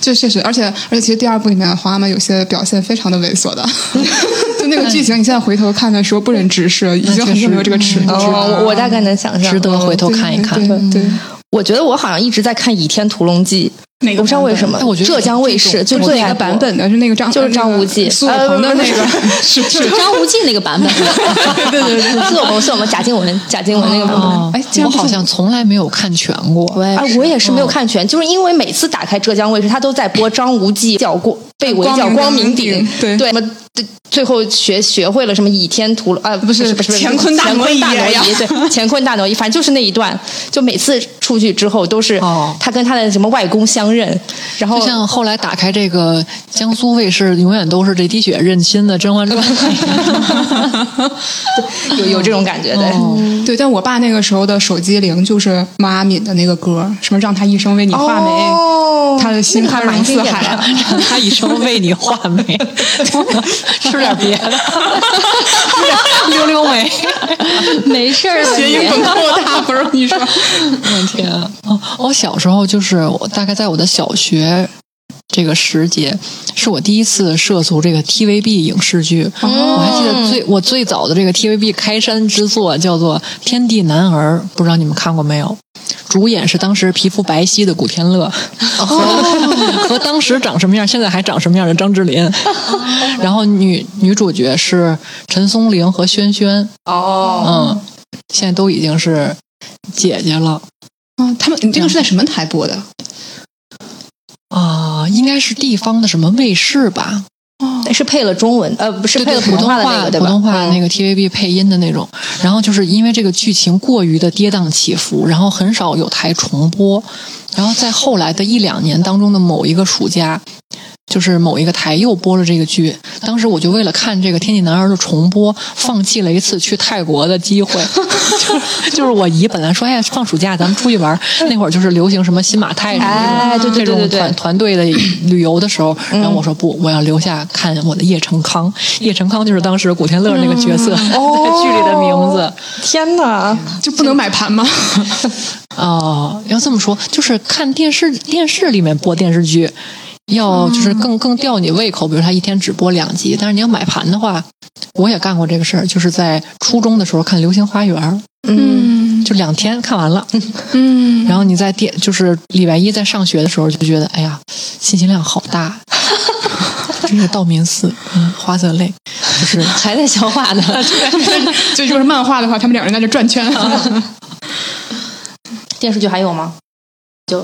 [SPEAKER 2] 就确实，而且而且其实第二部里面皇阿玛有些表现非常的猥琐的，就那个剧情，你现在回头看的时候不忍直视，已经很久没有这个尺度了。
[SPEAKER 1] 哦，我我大概能想象，
[SPEAKER 4] 值得回头
[SPEAKER 2] 嗯对
[SPEAKER 4] 看一看
[SPEAKER 2] 对对，对
[SPEAKER 1] 我觉得我好像一直在看《倚天屠龙记》，
[SPEAKER 2] 哪
[SPEAKER 1] 我不知道为什么
[SPEAKER 4] 哎，我觉得
[SPEAKER 1] 浙江卫视就
[SPEAKER 4] 这种
[SPEAKER 1] 最
[SPEAKER 2] 哪
[SPEAKER 1] 爱
[SPEAKER 2] 个
[SPEAKER 1] 播
[SPEAKER 2] 版本的是那个张
[SPEAKER 1] 就是张
[SPEAKER 2] 那个
[SPEAKER 1] 无忌
[SPEAKER 2] 苏有朋的那
[SPEAKER 1] 呃
[SPEAKER 2] 个， 是是。
[SPEAKER 3] 张无忌那个 版本，
[SPEAKER 1] 对对对，是我们是我们贾静雯贾静雯那个版本。
[SPEAKER 4] 哦
[SPEAKER 2] 哎竟然
[SPEAKER 4] 我
[SPEAKER 2] 不是
[SPEAKER 4] 好像从来没有看全过。
[SPEAKER 1] 哎，我也是没有看全，就是因为每次打开浙江卫视，他都在播张无忌叫过被围叫光明顶，
[SPEAKER 2] 对
[SPEAKER 1] 对，什么最后学学会了什么倚天屠龙啊，不
[SPEAKER 2] 是
[SPEAKER 1] 不是不是
[SPEAKER 2] 乾坤大
[SPEAKER 1] 大
[SPEAKER 2] 挪移
[SPEAKER 1] 大挪
[SPEAKER 2] 呀
[SPEAKER 1] 移，对，乾坤大挪移，反正就是那一段，就每次出去之后都是
[SPEAKER 4] 哦
[SPEAKER 1] 他跟他的什么外公相认，然后
[SPEAKER 4] 就像后来打开这个江苏卫视，永远都是这滴血认亲的《甄嬛传》
[SPEAKER 1] 有有这种感觉，对。
[SPEAKER 4] 哦。
[SPEAKER 2] 对，但我爸那个时候的手机铃就是毛阿敏的那个歌，什么让他一生为你画眉，
[SPEAKER 1] 哦
[SPEAKER 2] 他的心
[SPEAKER 1] 那个还
[SPEAKER 2] 宽容
[SPEAKER 1] 蛮经
[SPEAKER 2] 四
[SPEAKER 1] 典的
[SPEAKER 2] 海。
[SPEAKER 4] 让他一生为你画眉， 吃点别 的，溜溜眉。
[SPEAKER 3] 没事儿吧
[SPEAKER 2] 谐音
[SPEAKER 3] 你，
[SPEAKER 2] 梗够大，不是你说？
[SPEAKER 4] 我的天啊！哦我小时候就是我大概在我的小学这个时节，是我第一次涉足这个 TVB 影视剧。我还记得最我最早的这个 TVB 开山之作叫做《天地男儿》，不知道你们看过没有？主演是当时皮肤白皙的古天乐，和 和当时长什么样，现在还长什么样的张智霖。然后女女主角是陈松伶和萱萱，
[SPEAKER 1] 哦，
[SPEAKER 4] 嗯，现在都已经是姐姐了。
[SPEAKER 2] 啊，他们你这个是在什么台播的？
[SPEAKER 4] 啊、应该是地方的什么卫视吧？
[SPEAKER 1] 是配了中文，呃，不是
[SPEAKER 4] 对
[SPEAKER 1] 配
[SPEAKER 4] 对，
[SPEAKER 1] 了
[SPEAKER 4] 普
[SPEAKER 1] 通
[SPEAKER 4] 通
[SPEAKER 1] 话的那个，对吧？嗯
[SPEAKER 4] 普通话那个 TVB 配音的那种。然后就是因为这个剧情过于的跌宕起伏，然后很少有台重播。然后在后来的一两年当中的某一个暑假，就是某一个台又播了这个剧，当时我就为了看这个《天气男儿》的重播，放弃了一次去泰国的机会。 就是就是我姨本来说，哎呀，放暑假咱们出去 玩儿，那会儿就是流行什么新马泰什么
[SPEAKER 1] 哎
[SPEAKER 4] 这种
[SPEAKER 1] 对对对对对嗯
[SPEAKER 4] 这种团团队的旅游的时候，然后我说不，我要留下看我的叶成康。叶成康就是当时古天乐那个角色、
[SPEAKER 1] 嗯
[SPEAKER 4] 在剧里的名
[SPEAKER 1] 哦
[SPEAKER 4] 字。
[SPEAKER 1] 天哪，
[SPEAKER 2] 就不能买盘吗？
[SPEAKER 4] 哦，要这么说，就是看电视电视里面播电视剧，要就是更更吊你胃口。比如他一天只播两集，但是你要买盘的话，我也干过这个事儿，就是在初中的时候看《流星花园》，
[SPEAKER 1] 嗯，
[SPEAKER 4] 就两天看完了。
[SPEAKER 2] 嗯，
[SPEAKER 4] 然后你在电就是礼拜一在上学的时候就觉得，哎呀，信息量好大。 真是道明寺，嗯，花泽类，就是
[SPEAKER 3] 还在消化 呢。
[SPEAKER 2] 就如果是漫画的话，他们两人在这转圈。
[SPEAKER 1] 电视剧还有吗？就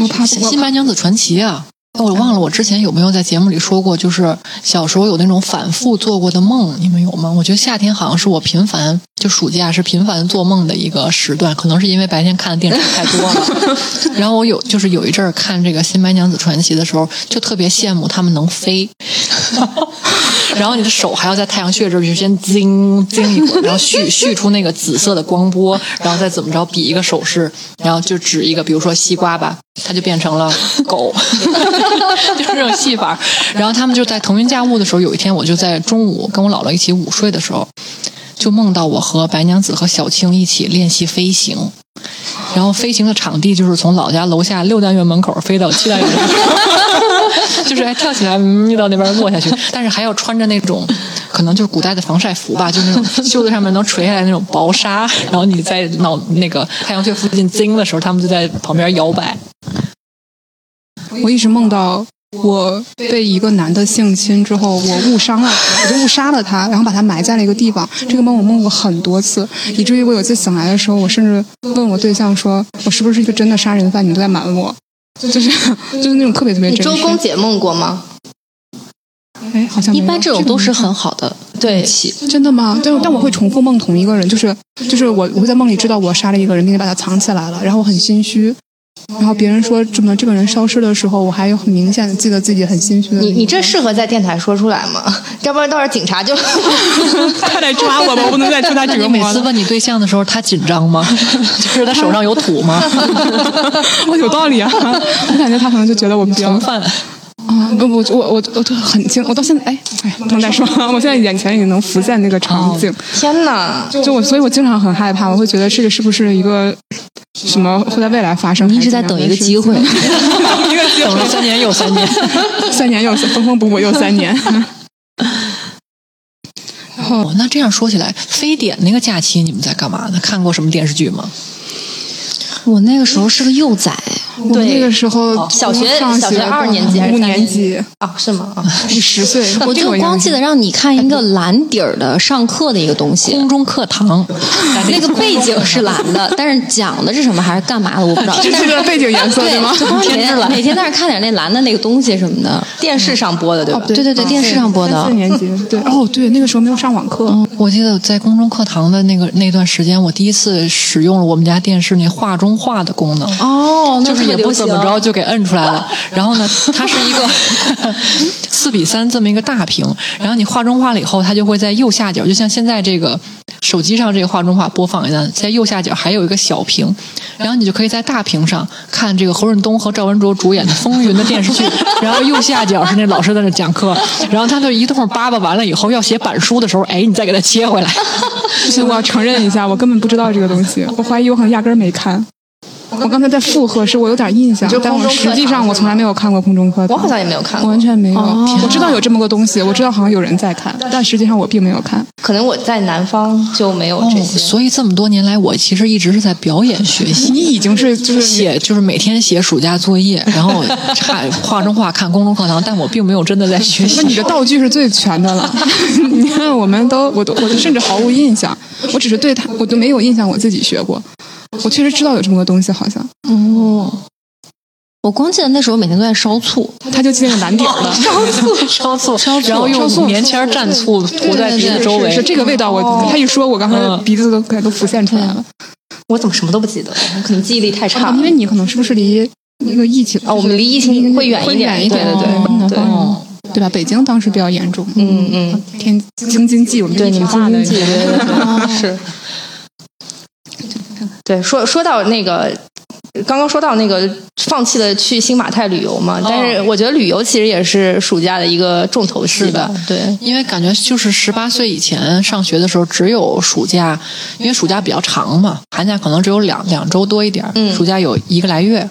[SPEAKER 2] 我怕
[SPEAKER 4] 《新白娘子传奇》啊，我忘了我之前有没有在节目里说过，就是小时候有那种反复做过的梦，你们有吗？我觉得夏天好像是我频繁就暑假是频繁做梦的一个时段，可能是因为白天看的电视剧太多了。然后我有就是有一阵儿看这个《新白娘子传奇》的时候，就特别羡慕他们能飞。 然后你的手还要在太阳穴这儿就先滋滋一会儿，然后蓄蓄出那个紫色的光波，然后再怎么着比一个手势，然后就指一个，比如说西瓜吧，它就变成了狗， 就是这种戏法儿。然后他们就在腾云驾雾的时候，有一天我就在中午跟我姥姥一起午睡的时候，就梦到我和白娘子和小青一起练习飞行。然后飞行的场地就是从老家楼下六单元门口飞到七单元门口， 就是还跳起来咪到那边落下去，但是还要穿着那种可能就是古代的防晒服吧，就是那种袖子上面能垂下来那种薄纱，然后你在脑那个太阳穴附近惊的时候，他们就在旁边摇摆。
[SPEAKER 2] 我一直梦到我被一个男的性侵之后，我误伤了， 我就误杀了他，然后把他埋在了一个地方。这个梦我梦过很多次，以至于我有一次醒来的时候，我甚至问我对象说：“我是不是一个真的杀人犯？你都在瞒我。”就是就是那种特别特别
[SPEAKER 1] 你
[SPEAKER 2] 真
[SPEAKER 1] 周
[SPEAKER 2] 实。
[SPEAKER 1] 公解梦过吗？
[SPEAKER 2] 哎，好像没
[SPEAKER 3] 一
[SPEAKER 2] 有
[SPEAKER 3] 般这种都是很好的
[SPEAKER 1] 对
[SPEAKER 3] 运，气。
[SPEAKER 2] 真的吗？但但我会重复梦同一个人，就是就是我我会在梦里知道我杀了一个人，并且把他藏起来了，然后我很心虚。然后别人说怎么这个人消失的时候，我还有很明显的记得自己很心虚的那一
[SPEAKER 1] 你
[SPEAKER 2] 面。
[SPEAKER 1] 你这适合在电台说出来 吗？要不然到时候警 察就
[SPEAKER 2] 快来抓我吧！我不能再受他
[SPEAKER 4] 那你
[SPEAKER 2] 折
[SPEAKER 4] 每
[SPEAKER 2] 磨
[SPEAKER 4] 次
[SPEAKER 2] 了。
[SPEAKER 4] 问你对象的时候，他紧张吗？ 就是他手上有土吗？
[SPEAKER 2] 我有道理啊，我感觉他可能就觉得我们比较
[SPEAKER 4] 从犯。
[SPEAKER 2] 啊，不不，我我我都很清，我到现在哎哎，不能再说 了，我现在眼前已经能浮现那个场景。
[SPEAKER 1] 天哪！
[SPEAKER 2] 就我，所以我经常很害怕，我会觉得这个是不是一个什么会在未来发生？
[SPEAKER 3] 你一
[SPEAKER 2] 还是
[SPEAKER 3] 直在
[SPEAKER 2] 怎么
[SPEAKER 3] 等
[SPEAKER 2] 样
[SPEAKER 3] 一个
[SPEAKER 2] 的
[SPEAKER 3] 机
[SPEAKER 2] 事情
[SPEAKER 3] 会，
[SPEAKER 2] 一个机
[SPEAKER 4] 等了
[SPEAKER 2] 会，
[SPEAKER 4] 三年又三年，
[SPEAKER 2] 三年又风风补补又三年。然后
[SPEAKER 4] 哦，那这样说起来，非典那个假期你们在干嘛呢？看过什么电视剧吗？
[SPEAKER 3] 我那个时候是个幼崽，
[SPEAKER 2] 我们那个时候
[SPEAKER 1] 小学
[SPEAKER 2] 上
[SPEAKER 1] 小学二年级还是
[SPEAKER 2] 五
[SPEAKER 1] 三
[SPEAKER 2] 年
[SPEAKER 1] 年
[SPEAKER 2] 级，
[SPEAKER 1] 啊，是吗？ 啊，
[SPEAKER 2] 十岁，
[SPEAKER 3] 我就光记得让你看一个蓝底儿的上课的一个东西，
[SPEAKER 4] 空中课堂，
[SPEAKER 3] 那个背景是蓝的，但是讲的是什么还是干嘛的我不知道。
[SPEAKER 2] 这
[SPEAKER 3] 但
[SPEAKER 2] 是
[SPEAKER 3] 是
[SPEAKER 2] 个背景颜色是吗
[SPEAKER 3] 对，？就光每天每天在那儿看点那蓝的那个东西什么的。
[SPEAKER 1] 电视上播的对吧？
[SPEAKER 3] 哦对对对，电视上播
[SPEAKER 2] 啊三
[SPEAKER 3] 的嗯
[SPEAKER 2] 四。年 级，对，哦，对，那个时候没有上网课，
[SPEAKER 4] 我记得在公众课堂的那个那段时间，我第一次使用了我们家电视那画中画的功能。
[SPEAKER 3] 哦，那
[SPEAKER 4] 就是也
[SPEAKER 3] 特
[SPEAKER 4] 不
[SPEAKER 3] 别
[SPEAKER 4] 怎么
[SPEAKER 3] 流行
[SPEAKER 4] 着就给摁出来了，然后呢，它是一个四比三这么一个大屏，然后你画中画了以后，它就会在右下角，就像现在这个手机上这个画中画播放一样，在右下角还有一个小屏，然后你就可以在大屏上看这个侯润东和赵文卓主演的《风云》的电视剧，然后右下角是那老师在那讲课，然后他就一通叭叭完了以后要写板书的时候，哎，你再给他切回来。
[SPEAKER 2] 不行，我要承认一下，我根本不知道这个东西，我怀疑我可能压根儿没看。我刚才在附和，是我有点印象
[SPEAKER 1] 就，
[SPEAKER 2] 但
[SPEAKER 1] 空
[SPEAKER 2] 我
[SPEAKER 1] 中课
[SPEAKER 2] 实际上
[SPEAKER 1] 堂
[SPEAKER 2] 我从来没有看过空中课堂，
[SPEAKER 1] 我好像也没有看
[SPEAKER 2] 我
[SPEAKER 1] 过
[SPEAKER 2] 完，全没有。
[SPEAKER 3] 哦
[SPEAKER 2] 我知道有这么个东西，我知道好像有人在看，但实际上我并没有看。
[SPEAKER 1] 可能我在南方就没有
[SPEAKER 4] 哦
[SPEAKER 1] 这，些。
[SPEAKER 4] 所以这么多年来，我其实一直是在表演学习。
[SPEAKER 2] 你已经 是就是
[SPEAKER 4] 写就是每天写暑假作业，然后看 画中画、看公众课堂，但我并没有真的在学
[SPEAKER 2] 那你
[SPEAKER 4] 习。
[SPEAKER 2] 的道具是最全 的了。你看，我们都，我都，我都甚至毫无印象，我只是对他，我都没有印象，我自己学过。我确实知道有这么个东西，好像
[SPEAKER 3] 哦。我光记得那时候每天都在烧醋，
[SPEAKER 2] 他就记那个蓝底儿了。
[SPEAKER 4] 烧醋，然后
[SPEAKER 2] 烧醋
[SPEAKER 4] 用棉签蘸醋涂在
[SPEAKER 3] 对对
[SPEAKER 4] 鼻
[SPEAKER 3] 对
[SPEAKER 4] 子
[SPEAKER 2] 是
[SPEAKER 4] 周
[SPEAKER 2] 是
[SPEAKER 4] 围
[SPEAKER 1] 哦
[SPEAKER 2] 是。这个味道我，他一说，我刚才
[SPEAKER 4] 嗯
[SPEAKER 2] 鼻子都都浮现出来了。
[SPEAKER 1] 我怎么什么都不记得？我可能记忆力太差
[SPEAKER 2] 啊
[SPEAKER 1] 了。
[SPEAKER 2] 因为你可能是不是离那个疫情
[SPEAKER 1] 嗯啊，我们离疫情会远
[SPEAKER 2] 会
[SPEAKER 1] 一点，
[SPEAKER 2] 远一点，
[SPEAKER 1] 对对对
[SPEAKER 2] 对
[SPEAKER 1] 对，
[SPEAKER 4] 哦
[SPEAKER 2] 对吧？北京当时比较严重，
[SPEAKER 1] 嗯嗯，
[SPEAKER 2] 天京津冀我们
[SPEAKER 1] 对你
[SPEAKER 2] 就挺
[SPEAKER 1] 们
[SPEAKER 2] 大的
[SPEAKER 1] 经济，对对对， 是。对，说说到那个，刚刚说到那个放弃了去新马泰旅游嘛，但是我觉得旅游其实也是暑假的一个重头戏吧，对。
[SPEAKER 4] 因为感觉就是十八岁以前上学的时候，只有暑假，因为暑假比较长嘛，寒假可能只有两两周多一点儿，
[SPEAKER 1] 嗯
[SPEAKER 4] 暑假有一个来月，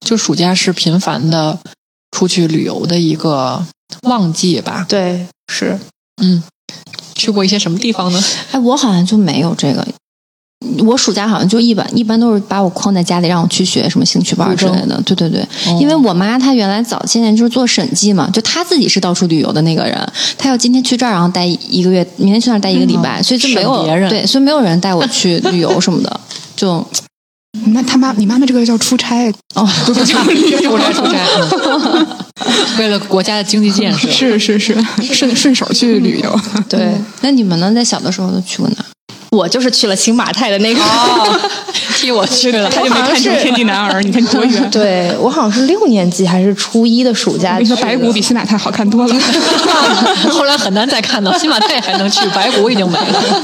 [SPEAKER 4] 就暑假是频繁的出去旅游的一个旺季吧。
[SPEAKER 1] 对， 是
[SPEAKER 4] 去过一些什么地方 呢？
[SPEAKER 3] 哎，我好像就没有这个。我暑假好像就一般，一般都是把我框在家里，让我去学什么兴趣班之类的。对对对，
[SPEAKER 4] 哦
[SPEAKER 3] 因为我妈她原来早些年就是做审计嘛，就她自己是到处旅游的那个人，她要今天去这儿，然后待一个月，明天去那儿待一个礼拜，所以就没有
[SPEAKER 4] 嗯省别人
[SPEAKER 3] 对，所以没有人带我去旅游什 么的，就
[SPEAKER 2] 那他妈你妈妈这个叫出差，
[SPEAKER 3] 哦，
[SPEAKER 2] 不是叫旅游，
[SPEAKER 4] 出差出差， 嗯为了国家的经济建设，
[SPEAKER 2] 是是是，顺顺手去
[SPEAKER 1] 嗯
[SPEAKER 2] 旅游，
[SPEAKER 1] 对、
[SPEAKER 3] 那你们呢？在小的时候都去过哪儿？
[SPEAKER 1] 我就是去了新马泰的那个，
[SPEAKER 4] 哦替我去了。
[SPEAKER 2] 他就没看出天地男儿，你看多 远。
[SPEAKER 1] 对我好像是六年级还是初一的暑
[SPEAKER 2] 我
[SPEAKER 1] 假
[SPEAKER 2] 跟你
[SPEAKER 1] 去
[SPEAKER 2] 说，
[SPEAKER 1] 的，
[SPEAKER 2] 白骨比新马泰好看多了。
[SPEAKER 4] 后来很难再看到新马泰还能去，白骨已经没了。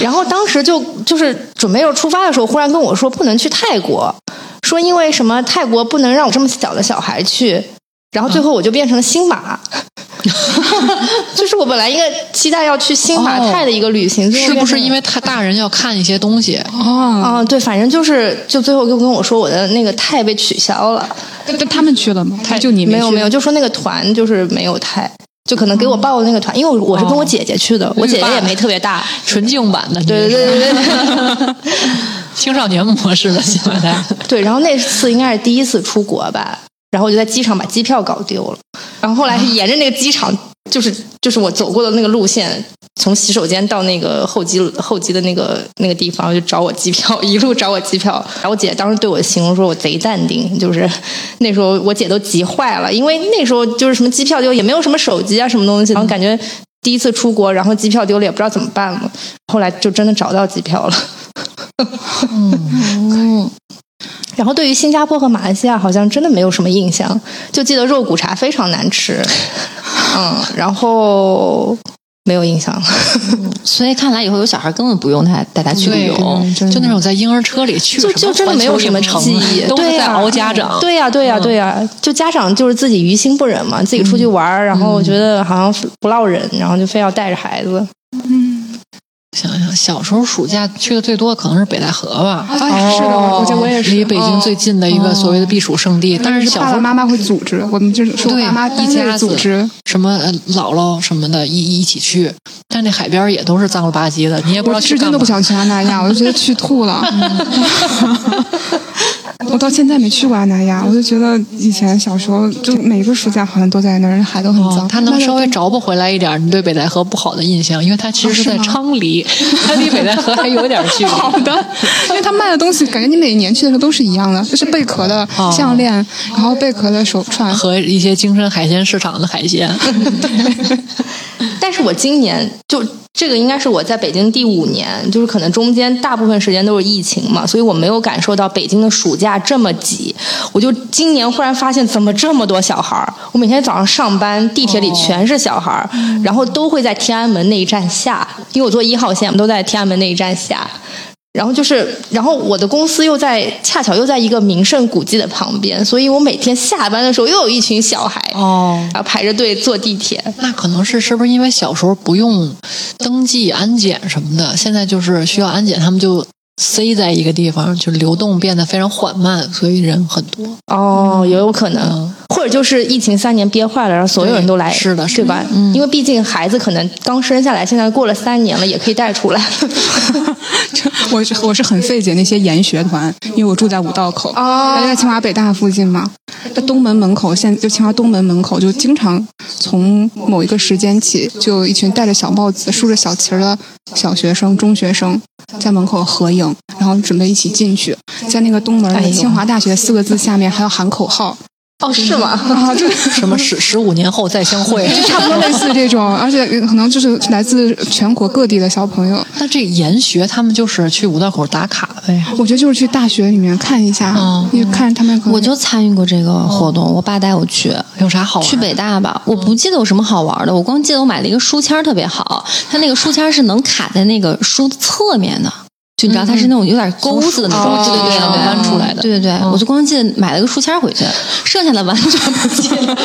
[SPEAKER 1] 然后当时就就是准备要出发的时候，忽然跟我说不能去泰国，说因为什么泰国不能让我这么小的小孩去。然后最后我就变成新马，就是我本来一个期待要去新马泰的一个旅行，最后
[SPEAKER 4] 是不哦是
[SPEAKER 1] 变成
[SPEAKER 4] 因为他大人要看一些东西？
[SPEAKER 2] 哦，
[SPEAKER 1] 啊、对，反正就是就最后就跟我说我的那个泰被取消了，
[SPEAKER 2] 但他们去了吗？就你
[SPEAKER 1] 没有
[SPEAKER 2] 去
[SPEAKER 1] 没有，就说那个团就是没有泰。就可能给我报的那个团，因为我我是跟
[SPEAKER 2] 哦
[SPEAKER 1] 我姐姐去的，我姐姐也没特别大，
[SPEAKER 4] 纯净版的，
[SPEAKER 1] 对对对对对，
[SPEAKER 4] 青少年模式的新马泰。
[SPEAKER 1] 对，然后那次应该是第一次出国吧，然后我就在机场把机票搞丢了，然后后来是沿着那个机场，就是就是我走过的那个路线，从洗手间到那个候机候机的那个那个地方，就找我机票， 一路找我机票。然后我姐当时对我形容说我贼淡定，就是 那时候我姐都急坏了，因为那时候就是什么机票丢，也没有什么手机啊什么东西，然后感觉。第一次出国，然后机票丢了，也不知道怎么办了。后来就真的找到机票了。
[SPEAKER 3] 嗯，
[SPEAKER 1] 然后对于新加坡和马来西亚，好像真的没有什么印象，就记得肉骨茶非常难吃，嗯，然后没有印象了。
[SPEAKER 3] 所以看来以后有小孩根本不用他带他去旅游，
[SPEAKER 4] 就那种在婴儿车里去什
[SPEAKER 1] 就
[SPEAKER 4] 么
[SPEAKER 1] 就真的没有什么
[SPEAKER 4] 环球
[SPEAKER 1] 记
[SPEAKER 4] 影
[SPEAKER 1] 忆，
[SPEAKER 4] 城 都是
[SPEAKER 1] 对
[SPEAKER 4] 在
[SPEAKER 1] 呀、
[SPEAKER 4] 熬家长。嗯
[SPEAKER 1] 对呀、对呀、对呀、就家长就是自己于心不忍嘛，自己出去玩儿，然
[SPEAKER 4] 嗯
[SPEAKER 1] 后觉得好像不落忍，然后就非要带着孩子。
[SPEAKER 2] 嗯，
[SPEAKER 4] 想想小时候暑假去的最多的可能是北戴河吧，
[SPEAKER 2] 哎，是的，
[SPEAKER 1] 哦
[SPEAKER 2] 我觉得我也
[SPEAKER 4] 离
[SPEAKER 2] 是。
[SPEAKER 4] 北京最近的一个所谓的避暑胜地。但是嗯小
[SPEAKER 2] 爸
[SPEAKER 4] 时
[SPEAKER 2] 爸
[SPEAKER 4] 候
[SPEAKER 2] 妈妈会组织，我们就是说
[SPEAKER 4] 对
[SPEAKER 2] 爸妈单
[SPEAKER 4] 一家
[SPEAKER 2] 位
[SPEAKER 4] 子
[SPEAKER 2] 组织，
[SPEAKER 4] 什么呃姥姥什么的，一一起去，但那海边也都是脏了吧唧的，你也不知道
[SPEAKER 2] 我
[SPEAKER 4] 去
[SPEAKER 2] 至
[SPEAKER 4] 干
[SPEAKER 2] 今
[SPEAKER 4] 嘛
[SPEAKER 2] 都不。想去阿那亚，我就觉得去吐了。
[SPEAKER 4] 嗯
[SPEAKER 2] 我到现在没去过阿那亚，我就觉得以前小时候就每个暑假好像都在那儿，海都很脏。
[SPEAKER 4] 哦，他能稍微着不回来一点，你对北戴河不好的印象，因为它
[SPEAKER 2] 哦
[SPEAKER 4] 其实是在昌黎，它离北戴河还有点距 离。
[SPEAKER 2] 好的，因为他卖的东西感觉你每年去的时候都是一样的，就是贝壳的
[SPEAKER 4] 哦
[SPEAKER 2] 项链，然后贝壳的手串。
[SPEAKER 4] 和一些京深海鲜市场的海鲜，
[SPEAKER 1] 但是我今年就这个应该是我在北京第五年，就是可能中间大部分时间都是疫情嘛，所以我没有感受到北京的暑假这么挤。我就今年忽然发现，怎么这么多小孩儿？我每天早上上班，地铁里全是小孩儿，然后都会在天安门那一站下，因为我坐一号线，我们都在天安门那一站下。然后就是，然后我的公司又在恰巧又在一个名胜古迹的旁边，所以我每天下班的时候又有一群小孩，
[SPEAKER 4] 哦，
[SPEAKER 1] 然后排着队坐地铁。
[SPEAKER 4] 那可能是是不是因为小时候不用登记安检什么的，现在就是需要安检，他们就塞在一个地方，就流动变得非常缓慢，所以人很多。
[SPEAKER 1] 哦，也有可能，
[SPEAKER 4] 嗯
[SPEAKER 1] 或者就是疫情三年憋坏了，然后所有人都来，
[SPEAKER 4] 对是的是的
[SPEAKER 1] 对吧？因为毕竟孩子可能刚生下来，现在过了三年了，也可以带出 来。
[SPEAKER 2] 我是我是很费解那些研学团，因为我住在五道口，
[SPEAKER 1] 哦
[SPEAKER 2] 在清华北大附近嘛，在东门门口，现就清华东门门口，就经常从某一个时间起，就有一群戴着小帽子、竖着小旗儿的小学生、中学生在门口合影，然后准备一起进去，在那个东门
[SPEAKER 1] 哎
[SPEAKER 2] 的
[SPEAKER 1] 呦
[SPEAKER 2] 清华大学四个字下面还要喊口号。
[SPEAKER 1] 哦，是吗？
[SPEAKER 2] 啊，就
[SPEAKER 4] 什么十十五年后再相 会。
[SPEAKER 2] 差不多类似这种，而且可能就是来自全国各地的小朋友。
[SPEAKER 4] 那这研学他们就是去五道口打卡呗。哎
[SPEAKER 2] 我觉得就是去大学里面看一下，
[SPEAKER 4] 嗯
[SPEAKER 2] 你看他们可能
[SPEAKER 3] 我就参与过这个活动，我爸带我去。
[SPEAKER 4] 有啥好玩？
[SPEAKER 3] 去北大吧，我不记得有什么好玩的，我光记得我买了一个书签儿特别好，它那个书签儿是能卡在那个书的侧面的，就你知道它是那种有点钩子的那种，
[SPEAKER 4] 从书
[SPEAKER 3] 对对对
[SPEAKER 4] 上
[SPEAKER 3] 对，
[SPEAKER 4] 弯出来的
[SPEAKER 3] 嗯对对对，嗯我就光记得买了个书签儿回去，剩下的完全不记 得，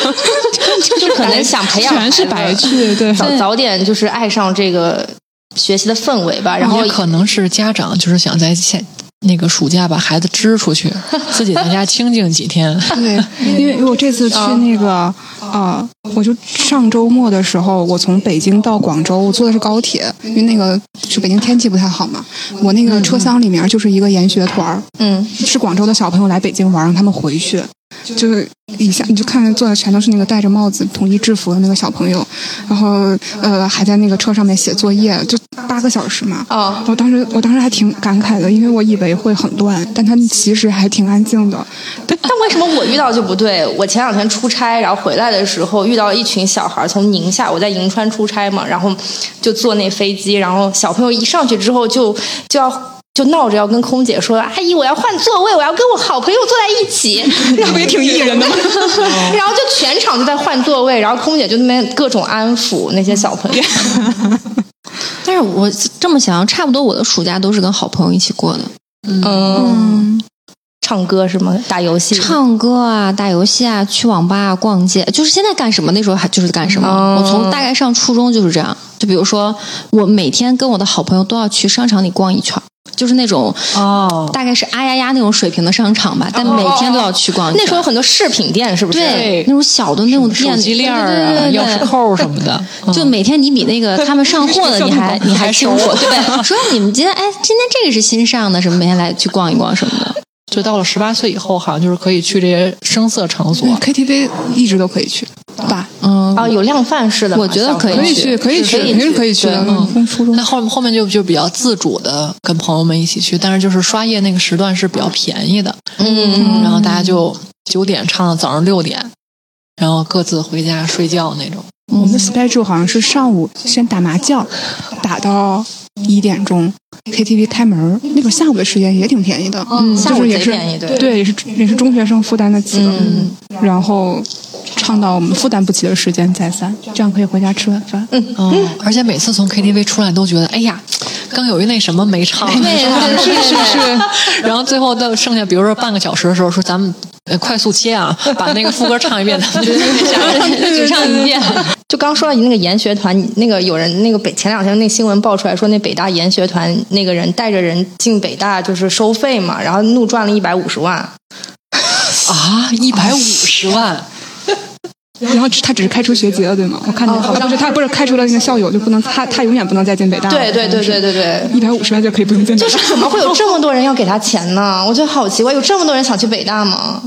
[SPEAKER 1] 就可能想培养
[SPEAKER 2] 全是白
[SPEAKER 1] 孩子
[SPEAKER 2] 去，对，
[SPEAKER 1] 早早点就是爱上这个学习的氛围吧，然后
[SPEAKER 4] 也可能是家长就是想在现那个暑假把孩子支出去，自己在家清静几天。
[SPEAKER 2] 对，因为我这次去那个啊、呃我就上周末的时候，我从北京到广州，我坐的是高铁，因为那个就北京天气不太好嘛。我那个车厢里面就是一个研学团儿，
[SPEAKER 1] 嗯，
[SPEAKER 2] 是广州的小朋友来北京玩，让他们回去。就是一下你就看见坐的全都是那个戴着帽子统一制服的那个小朋友，然后呃还在那个车上面写作业，就八个小时嘛。
[SPEAKER 1] 哦，
[SPEAKER 2] 我当时我当时还挺感慨的，因为我以为会很乱，但他们其实还挺安静的。
[SPEAKER 1] 但为什么我遇到就不对？我前两天出差，然后回来的时候遇到一群小孩儿从宁夏，我在银川出差嘛，然后就坐那飞机，然后小朋友一上去之后就就要。就闹着要跟空姐说：“阿姨，我要换座位，我要跟我好朋友坐在一起。” 那不也挺艺人的吗？然后就全场就在换座位，然后空姐就那边各种安抚那些小朋友。
[SPEAKER 3] 但是我这么想，差不多我的暑假都是跟好朋友一起过的，
[SPEAKER 1] 嗯，唱歌是吗？打游戏？
[SPEAKER 3] 唱歌啊，打游戏啊，去网吧啊，逛街，就是现在干什么那时候还就是干什么。
[SPEAKER 1] 哦
[SPEAKER 3] 我从大概上初中就是这样，就比如说我每天跟我的好朋友都要去商场里逛一圈儿，就是那种
[SPEAKER 4] 哦，
[SPEAKER 3] 大概是啊呀呀那种水平的商场吧，但每天都要去逛一圈儿。
[SPEAKER 1] 那时候有很多饰品店，是不是？
[SPEAKER 3] 对那种小的那种
[SPEAKER 4] 手
[SPEAKER 3] 店，
[SPEAKER 4] 机链儿啊，
[SPEAKER 3] 对对对对
[SPEAKER 4] 钥匙扣儿什么的，嗯
[SPEAKER 3] 就每天你比那个他们上货的你还你还清楚，对，说你们今天哎，今天这个是新上的，什么每天来去逛一逛什么的。
[SPEAKER 4] 就到了十八岁以后，好像就是可以去这些声色场所
[SPEAKER 2] 对。KTV 一直都可以去吧，
[SPEAKER 3] 嗯，
[SPEAKER 1] 啊，有量贩式的吗，
[SPEAKER 3] 我觉得
[SPEAKER 1] 小朋友
[SPEAKER 3] 可
[SPEAKER 2] 可
[SPEAKER 3] 以
[SPEAKER 2] 以
[SPEAKER 3] 去
[SPEAKER 2] 去，可
[SPEAKER 1] 是
[SPEAKER 2] 以去，
[SPEAKER 1] 可以
[SPEAKER 2] 肯定
[SPEAKER 1] 去
[SPEAKER 2] 是可以去的。
[SPEAKER 1] 对
[SPEAKER 2] 嗯，从初中
[SPEAKER 4] 那后后面就就比较自主的跟朋友们一起去，但是就是刷夜那个时段是比较便宜的，
[SPEAKER 1] 嗯，
[SPEAKER 4] 然后大家就九点唱到早上六点，然后各自回家睡觉那种。
[SPEAKER 2] 我们的 schedule 好像是上午先打麻将，打到一点钟，KTV 开门儿，那个下午的时间也挺便宜的，嗯
[SPEAKER 1] 下
[SPEAKER 2] 就
[SPEAKER 1] 午
[SPEAKER 2] 是也
[SPEAKER 1] 贼
[SPEAKER 2] 是
[SPEAKER 1] 便宜对
[SPEAKER 2] 对，也是也是中学生负担得起的，嗯然后唱到我们负担不起的时间再散，这样可以回家吃晚饭。
[SPEAKER 4] 嗯，而且每次从 KTV 出来都觉得，哎呀，刚有一那什么没唱，
[SPEAKER 1] 对
[SPEAKER 2] 是是是，
[SPEAKER 4] 然后最后到剩下，比如说半个小时的时候，说咱们呃快速切啊，把那个副歌唱一遍，咱们就
[SPEAKER 3] 只唱一遍。
[SPEAKER 1] 就刚说到你那个研学团，你那个有人那个北前两天那新闻爆出来说，那北大研学团那个人带着人进北大就是收费嘛，然后怒赚了一百五十万。
[SPEAKER 4] 啊，一百五十万，
[SPEAKER 2] 然后只他只是开除学籍了，对吗？我看见他不是他不是开除了那个校友，就不能他他永远不能再进北大了。
[SPEAKER 1] 对对对对对对，
[SPEAKER 2] 一百五十万就可以不用进北
[SPEAKER 1] 就
[SPEAKER 2] 大。
[SPEAKER 1] 是怎么会有这么多人要给他钱呢？我觉得好奇怪，有这么多人想去北大吗？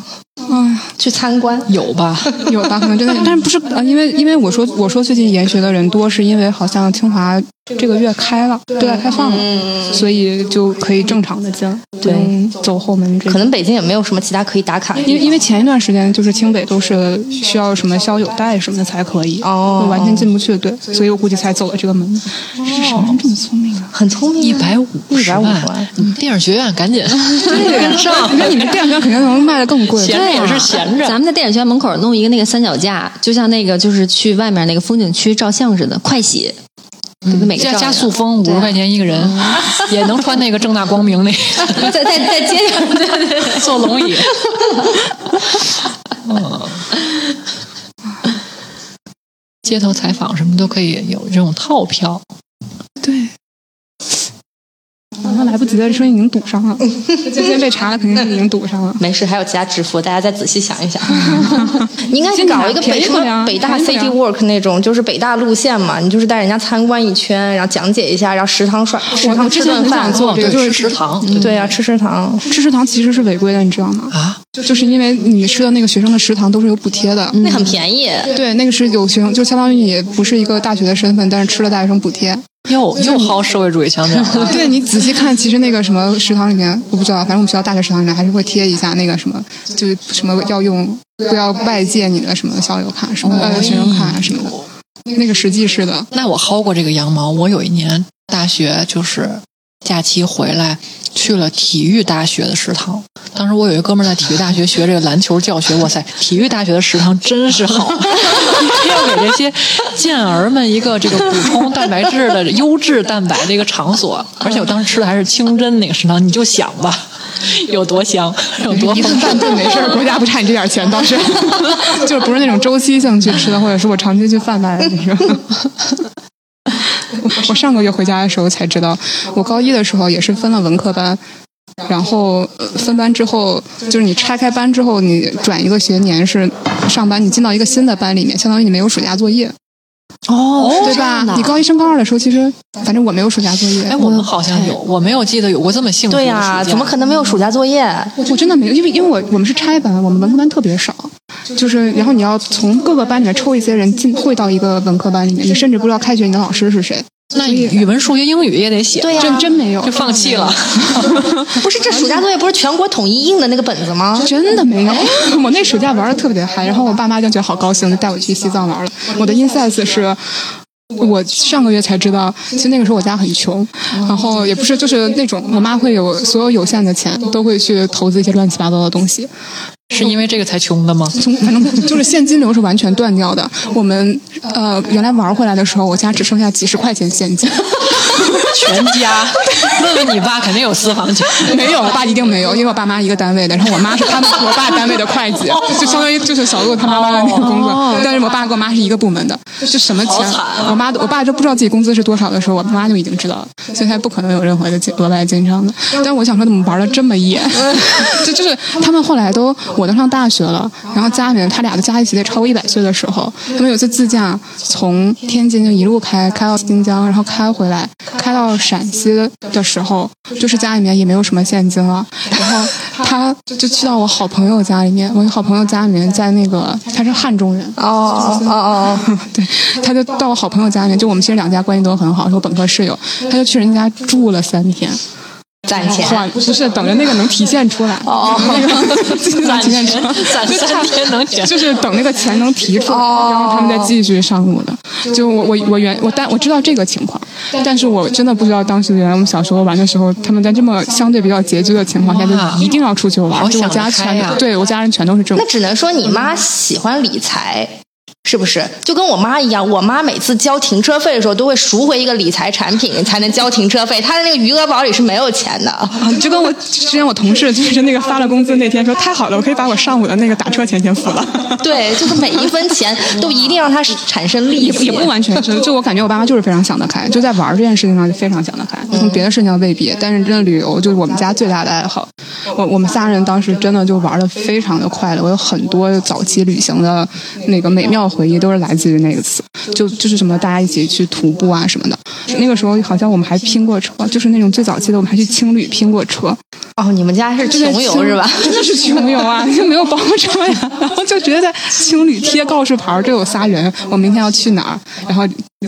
[SPEAKER 2] 哎
[SPEAKER 1] 去参观？
[SPEAKER 4] 有吧？
[SPEAKER 2] 有吧？可能真的， 但是不是呃，因为因为我说我说最近研学的人多，是因为好像清华这个月开了，对外开放了，所以就可以正常的进，
[SPEAKER 1] 对
[SPEAKER 2] 嗯，走后门这
[SPEAKER 1] 可
[SPEAKER 2] 种。
[SPEAKER 1] 能北京也没有什么其他可以打卡的地
[SPEAKER 2] 因为
[SPEAKER 1] 方。
[SPEAKER 2] 因为前一段时间就是清北都是需要什么校友带什么的才可以，
[SPEAKER 1] 哦
[SPEAKER 2] 就完全进不去，对，所以我估计才走了这个门。哦是什么人这么聪明啊？
[SPEAKER 1] 很聪明啊，
[SPEAKER 4] 一百五
[SPEAKER 1] 一
[SPEAKER 4] 十
[SPEAKER 1] 百五十万
[SPEAKER 4] 万。，你电影学院赶紧
[SPEAKER 2] 对，上，那你们电影院肯定能卖的更 贵吧。
[SPEAKER 4] 闲着
[SPEAKER 3] 对呀
[SPEAKER 4] 也是闲着
[SPEAKER 3] 咱。们在电影学院门口弄一个那个三脚架，就像那个就是去外面那个风景区照相似的，快洗， 就跟每个
[SPEAKER 4] 加
[SPEAKER 3] 照
[SPEAKER 4] 嗯加
[SPEAKER 3] 样
[SPEAKER 4] 速风五
[SPEAKER 3] 对
[SPEAKER 4] 十
[SPEAKER 3] 啊
[SPEAKER 4] 块钱一个人， 也能穿那个正大光明那
[SPEAKER 3] 再再再接着，对对对，
[SPEAKER 4] 坐龙椅。嗯，街头采访什么都可以有这种套票。
[SPEAKER 2] 对。马上来不及了，说已经堵上 了。今天被查了，肯定是已经堵上了。
[SPEAKER 1] 没事，还有其他直服，大家再仔细想一想。 你应该搞一个北
[SPEAKER 2] 便宜
[SPEAKER 1] 什
[SPEAKER 2] 不了
[SPEAKER 1] 么北大
[SPEAKER 2] 便宜不了
[SPEAKER 1] City Walk 那种，就是北大路线嘛，你就是带人家参观一圈，然后讲解一下，然后食堂涮食堂
[SPEAKER 2] 我
[SPEAKER 1] 吃
[SPEAKER 2] 之前
[SPEAKER 1] 顿
[SPEAKER 2] 很
[SPEAKER 1] 饭嗯
[SPEAKER 2] 想。做这个
[SPEAKER 4] 对，
[SPEAKER 2] 就是
[SPEAKER 4] 吃食堂。
[SPEAKER 1] 对呀、吃食堂。
[SPEAKER 2] 吃食堂其实是违规的，你知道吗？
[SPEAKER 4] 啊，
[SPEAKER 2] 就是因为你吃的那个学生的食堂都是有补贴的。
[SPEAKER 1] 嗯那很便宜，
[SPEAKER 2] 对，那个是有学生，就相当于你不是一个大学的身份，但是吃了大学生补贴，
[SPEAKER 4] 又又薅社会主义墙角了。
[SPEAKER 2] 对你仔细看，其实那个什么食堂里面，我不知道，反正我们学校大学食堂里面还是会贴一下那个什么，就是什么要用不要外借你的什么校友卡、什么呃学生卡什么的，那个实际是的。
[SPEAKER 4] 那我薅过这个羊毛。我有一年大学就是假期回来去了体育大学的食堂，当时我有一哥们儿在体育大学学这个篮球教学，哇塞，体育大学的食堂真是好，要给这些健儿们一个这个补充蛋白质的优质蛋白的一个场所。而且我当时吃的还是清真那个食堂，你就想吧，有多香，有多
[SPEAKER 2] 一
[SPEAKER 4] 丰
[SPEAKER 2] 顿
[SPEAKER 4] 盛
[SPEAKER 2] 饭顿没事儿，国家不差你这点钱，倒是就是不是那种周期性去吃的，或者是我长期去贩卖的那种。我我上个月回家的时候才知道，我高一的时候也是分了文科班，然后呃分班之后，就是你拆开班之后，你转一个学年是上班，你进到一个新的班里面，相当于你没有暑假作业，
[SPEAKER 3] 哦
[SPEAKER 2] 对吧？你高一升高二的时候，其实反正我没有暑假作业
[SPEAKER 4] 哎，，我们好像有，我没有记得有过这么幸福的
[SPEAKER 1] 对
[SPEAKER 4] 暑
[SPEAKER 1] 呀、
[SPEAKER 4] 假。
[SPEAKER 1] 怎么可能没有暑假作业？
[SPEAKER 2] 我真的没有，因为因为我我们是拆班，我们文科班特别少，就是然后你要从各个班里面抽一些人进汇到一个文科班里面，你甚至不知道开学你的老师是谁，
[SPEAKER 4] 那语文、数学、英语也得写，
[SPEAKER 1] 对呀、
[SPEAKER 2] 真真没有，
[SPEAKER 4] 就放 弃了。
[SPEAKER 1] 不是这暑假作业不是全国统一印的那个本子吗？
[SPEAKER 2] 真的没有。 我那暑假玩的特别嗨，然后我爸妈就觉得好高兴，就带我去西藏玩了。我的 insets 是。我上个月才知道，其实那个时候我家很穷，然后也不是就是那种，我妈会有所有有限的钱都会去投资一些乱七八糟的东西，
[SPEAKER 4] 是因为这个才穷的吗？
[SPEAKER 2] 从反正就是现金流是完全断掉的。我们呃原来玩回来的时候，我家只剩下几十块钱现金，
[SPEAKER 4] 全家， 问问你爸，肯定有私房钱。
[SPEAKER 2] 没有，我爸一定没有，因为我爸妈一个单位的，然后我妈是他们我爸单位的会计，就相当于就是小鹿他妈妈的那个工作，但是我爸跟我妈是一个部门的，就什么钱
[SPEAKER 4] 哦好惨啊，
[SPEAKER 2] 我妈我爸就不知道自己工资是多少的时候，我妈就已经知道了，所以他不可能有任何的金额外进账的。但是我想说，怎么玩的这么野？ 就就是他们后来都我都上大学了，然后家里面他俩的加一起得超过一百岁的时候，他们有一次自驾从天津就一路开开到新疆，然后开回来，开到陕西的时候，就是家里面也没有什么现金了，然后他就去到我好朋友家里面，我有好朋友家里面在那个他是汉中人，
[SPEAKER 1] 哦哦哦哦，
[SPEAKER 2] 对，他就到我好朋友家里面，就我们其实两家关系都很好，是我本科室友，他就去人家住了三天。
[SPEAKER 1] 攒钱
[SPEAKER 2] 换不是等着那个能体现出来
[SPEAKER 1] 哦
[SPEAKER 2] 那 个体
[SPEAKER 4] 攒
[SPEAKER 2] 现
[SPEAKER 4] 钱
[SPEAKER 2] 出来，
[SPEAKER 4] 攒
[SPEAKER 2] 就
[SPEAKER 4] 三天能 钱。
[SPEAKER 2] 就是等那个钱能提出来，然后他们再
[SPEAKER 1] 哦
[SPEAKER 2] 继续上路的。就我我我原我但我知道这个情况，但是我真的不知道当时原来我们小时候玩的时候，他们在这么相对比较拮据的情况下，
[SPEAKER 4] 哇
[SPEAKER 2] 就一定要出去玩。
[SPEAKER 4] 好
[SPEAKER 2] 就我
[SPEAKER 4] 想
[SPEAKER 2] 家
[SPEAKER 4] 得开
[SPEAKER 2] 全、
[SPEAKER 4] 呀
[SPEAKER 2] 对我家人全都是这种
[SPEAKER 1] 那。只能说你妈喜欢理财，是不是？就跟我妈一样，我妈每次交停车费的时候都会赎回一个理财产品才能交停车费，她的那个余额宝里是没有钱的。
[SPEAKER 2] 啊，就跟我之前我同事就是那个发了工资那天说太好了，我可以把我上午的那个打车钱先付了。
[SPEAKER 1] 对，就是每一分 钱都一定让它产生利
[SPEAKER 2] 也不
[SPEAKER 1] 息
[SPEAKER 2] 也。不完全是，就我感觉我爸妈就是非常想得开，就在玩儿这件事情上就非常想得开，从别的事情上未必，但是真的旅游就是我们家最大的爱好。我我们仨人当时真的就玩的非常的快乐，我有很多早期旅行的那个美妙回忆都是来自于那个次，就就是什么大家一起去徒步啊什么的。那个时候好像我们还拼过车，就是那种最早期的我们还去青旅拼过车，
[SPEAKER 1] 哦，你们家是
[SPEAKER 2] 就在
[SPEAKER 1] 穷游
[SPEAKER 2] 青
[SPEAKER 1] 是吧？
[SPEAKER 2] 真的是穷游啊，就没有包车呀，然后就直接在青旅贴告示牌儿，这有仨人，我明天要去哪儿，然后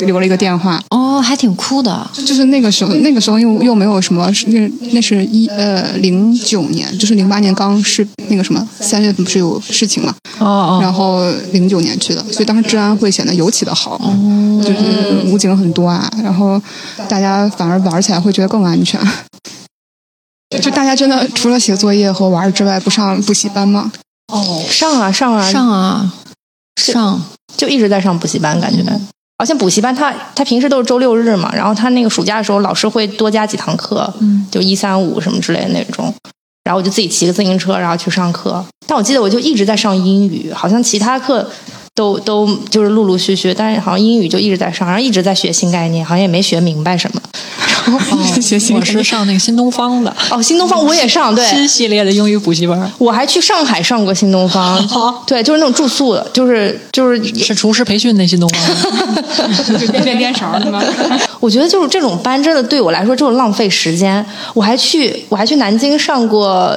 [SPEAKER 2] 留了一个电话。
[SPEAKER 3] 哦，还挺酷的。
[SPEAKER 2] 就是那个时候，那个时候又又没有什么，那那是一呃零九年，就是零八年刚是那个什么三月份不是有事情嘛，
[SPEAKER 4] 哦哦，
[SPEAKER 2] 然后零九年去的，所以当时治安会显得尤其的好，就是武警很多啊，然后大家反而玩起来会觉得更安全。 就大家真的除了写作业和玩儿之外，不上补习班吗？
[SPEAKER 1] 上啊上啊，
[SPEAKER 3] 上啊，
[SPEAKER 1] 是
[SPEAKER 3] 上
[SPEAKER 1] 就一直在上补习班，感觉。而且补习班他他平时都是周六日嘛，然后他那个暑假的时候，老师会多加几堂课，
[SPEAKER 4] 嗯，
[SPEAKER 1] 就一三五什么之类的那种。然后我就自己骑个自行车，然后去上课。但我记得我就一直在上英语，好像其他课都都就是陆陆续续，但是好像英语就一直在上，然后一直在学新概念，好像也没学明白什 么。
[SPEAKER 2] 学习
[SPEAKER 4] 我是上那个新东方的
[SPEAKER 1] 哦，新东方我也上，对，
[SPEAKER 4] 新系列的英语补习班，
[SPEAKER 1] 我还去上海上过新东方， 对，就是那种住宿的，就是就是
[SPEAKER 4] 是厨师培训那新东方吗。
[SPEAKER 2] 就练练颠勺是吗？
[SPEAKER 1] 我觉得就是这种班真的对我来说就是浪费时间。我还去我还去南京上过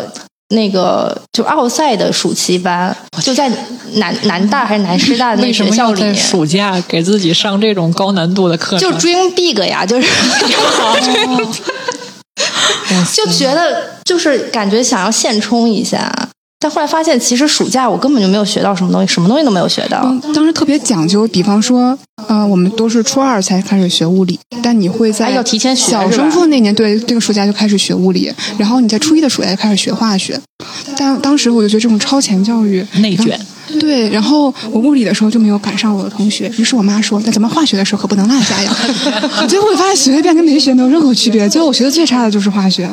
[SPEAKER 1] 那个就奥赛的暑期班，就在南南大还是南师大的那
[SPEAKER 4] 为
[SPEAKER 1] 个
[SPEAKER 4] 什
[SPEAKER 1] 学
[SPEAKER 4] 么
[SPEAKER 1] 校
[SPEAKER 4] 要
[SPEAKER 1] 里
[SPEAKER 4] 在
[SPEAKER 1] 面，
[SPEAKER 4] 暑假给自己上这种高难度的课
[SPEAKER 1] 就
[SPEAKER 4] 程？
[SPEAKER 1] dream big 呀，就是
[SPEAKER 4] 哦
[SPEAKER 1] 就觉得就是感觉想要现充一下，但后来发现其实暑假我根本就没有学到什么东西，什么东西都没有学到。
[SPEAKER 2] 嗯，当时特别讲究，比方说，呃，我们都是初二才开始学物理，但你会在
[SPEAKER 1] 哎要提前学
[SPEAKER 2] 小
[SPEAKER 1] 是吧
[SPEAKER 2] 升初那年，对这个暑假就开始学物理，然后你在初一的暑假就开始学化学。但当时我就觉得这种超前教育
[SPEAKER 4] 内卷，
[SPEAKER 2] 对，然后我物理的时候就没有赶上我的同学，于是我妈说：“那咱们化学的时候可不能落下 呀。”结果我发现学一遍跟没学没有任何区别，最后我学的最差的就是化学。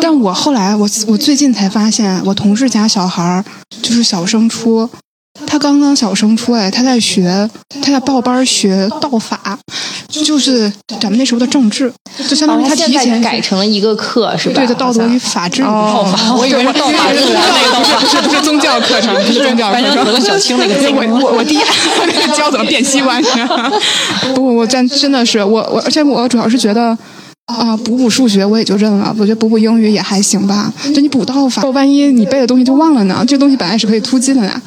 [SPEAKER 2] 但我后来，我我最近才发现，我同事家小孩儿就是小升初，他刚刚小升初哎，他在学，他在报班儿学道法，就是咱们那时候的政治，就相当于
[SPEAKER 1] 哦
[SPEAKER 2] 他
[SPEAKER 1] 现
[SPEAKER 2] 提
[SPEAKER 1] 在
[SPEAKER 2] 前
[SPEAKER 1] 改成了一个课是吧？
[SPEAKER 2] 对的道德
[SPEAKER 1] 好
[SPEAKER 2] 与
[SPEAKER 1] 像
[SPEAKER 2] 法治。
[SPEAKER 1] 哦，我以为是道法
[SPEAKER 2] 不
[SPEAKER 1] 律
[SPEAKER 2] 是
[SPEAKER 1] 的那个。
[SPEAKER 2] 不是不是宗教课程，不是宗教课
[SPEAKER 4] 白
[SPEAKER 2] 程
[SPEAKER 4] 娘。子和小 青那个
[SPEAKER 2] 我我我第一教怎么变西瓜，不不，我真真的是我我，而且我主要是觉得。啊、补补数学我也就认了，我觉得补补英语也还行吧。就你补道法，万一你背的东西就忘了呢？这个东西本来是可以突击的呢。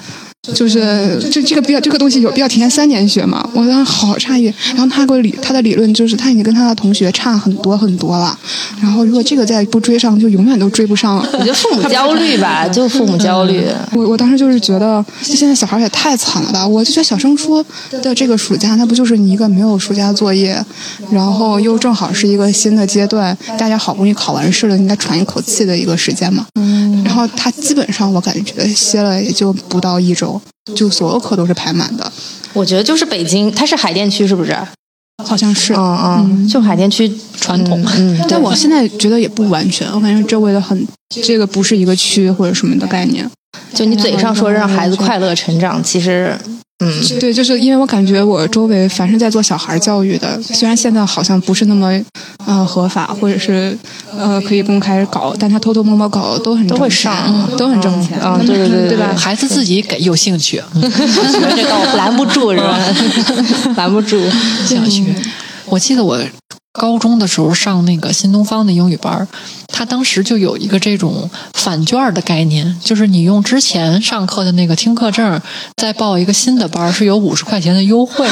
[SPEAKER 2] 就是这这个必要这个东西有必要提前三年学吗？我当时好诧异。然后他给我理他的理论就是他已经跟他的同学差很多很多了，然后如果这个再不追上，就永远都追不上了。
[SPEAKER 1] 我觉得父母焦虑 吧，就父母焦虑。
[SPEAKER 2] 我我当时就是觉得，现在小孩儿也太惨了吧！我就觉得小升初的这个暑假，那不就是你一个没有暑假作业，然后又正好是一个新的阶段，大家好不容易考完试了，应该喘一口气的一个时间嘛。然后他基本上我感觉歇了也就不到一周，就所有课都是排满的，
[SPEAKER 1] 我觉得就是北京，它是海淀区是不是？
[SPEAKER 2] 好像是。
[SPEAKER 1] 嗯嗯，就海淀区
[SPEAKER 4] 传统
[SPEAKER 1] 嗯，嗯
[SPEAKER 2] 但我现在觉得也不完全，我感觉周围的很，这个不是一个区或者什么的概念。
[SPEAKER 1] 就你嘴上说让孩子快乐成长，其实， 嗯，
[SPEAKER 2] 对，就是因为我感觉我周围凡是在做小孩教育的，虽然现在好像不是那么呃合法，或者是呃可以公开搞，但他偷偷摸摸搞都很
[SPEAKER 1] 都会
[SPEAKER 2] 挣钱
[SPEAKER 1] 上
[SPEAKER 2] 都很挣钱。
[SPEAKER 1] 嗯嗯对对对
[SPEAKER 2] 哦 对吧？
[SPEAKER 4] 孩子自己给有兴趣，
[SPEAKER 1] 拦不住是吧？ 拦不住。
[SPEAKER 4] 想学。我记得我高中的时候上那个新东方的英语班儿，他当时就有一个这种返卷儿的概念，就是你用之前上课的那个听课证儿再报一个新的班儿，是有五十块钱的优惠。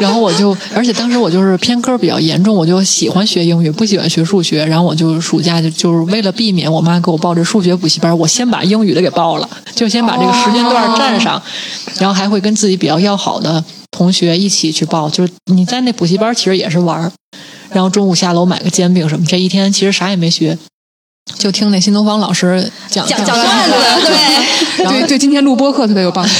[SPEAKER 4] 然后我就，而且当时我就是偏科比较严重，我就喜欢学英语，不喜欢学数学。然后我就暑假就就是为了避免我妈给我报这数学补习班，我先把英语的给报了，就先把这个时间段占上，然后还会跟自己比较要好的同学一起去报。就是你在那补习班其实也是玩儿，然后中午下楼买个煎饼什么，这一天其实啥也没学。就听那新东方老师讲
[SPEAKER 1] 讲讲段子，对，
[SPEAKER 2] 对对，今天录播课特别有 帮助。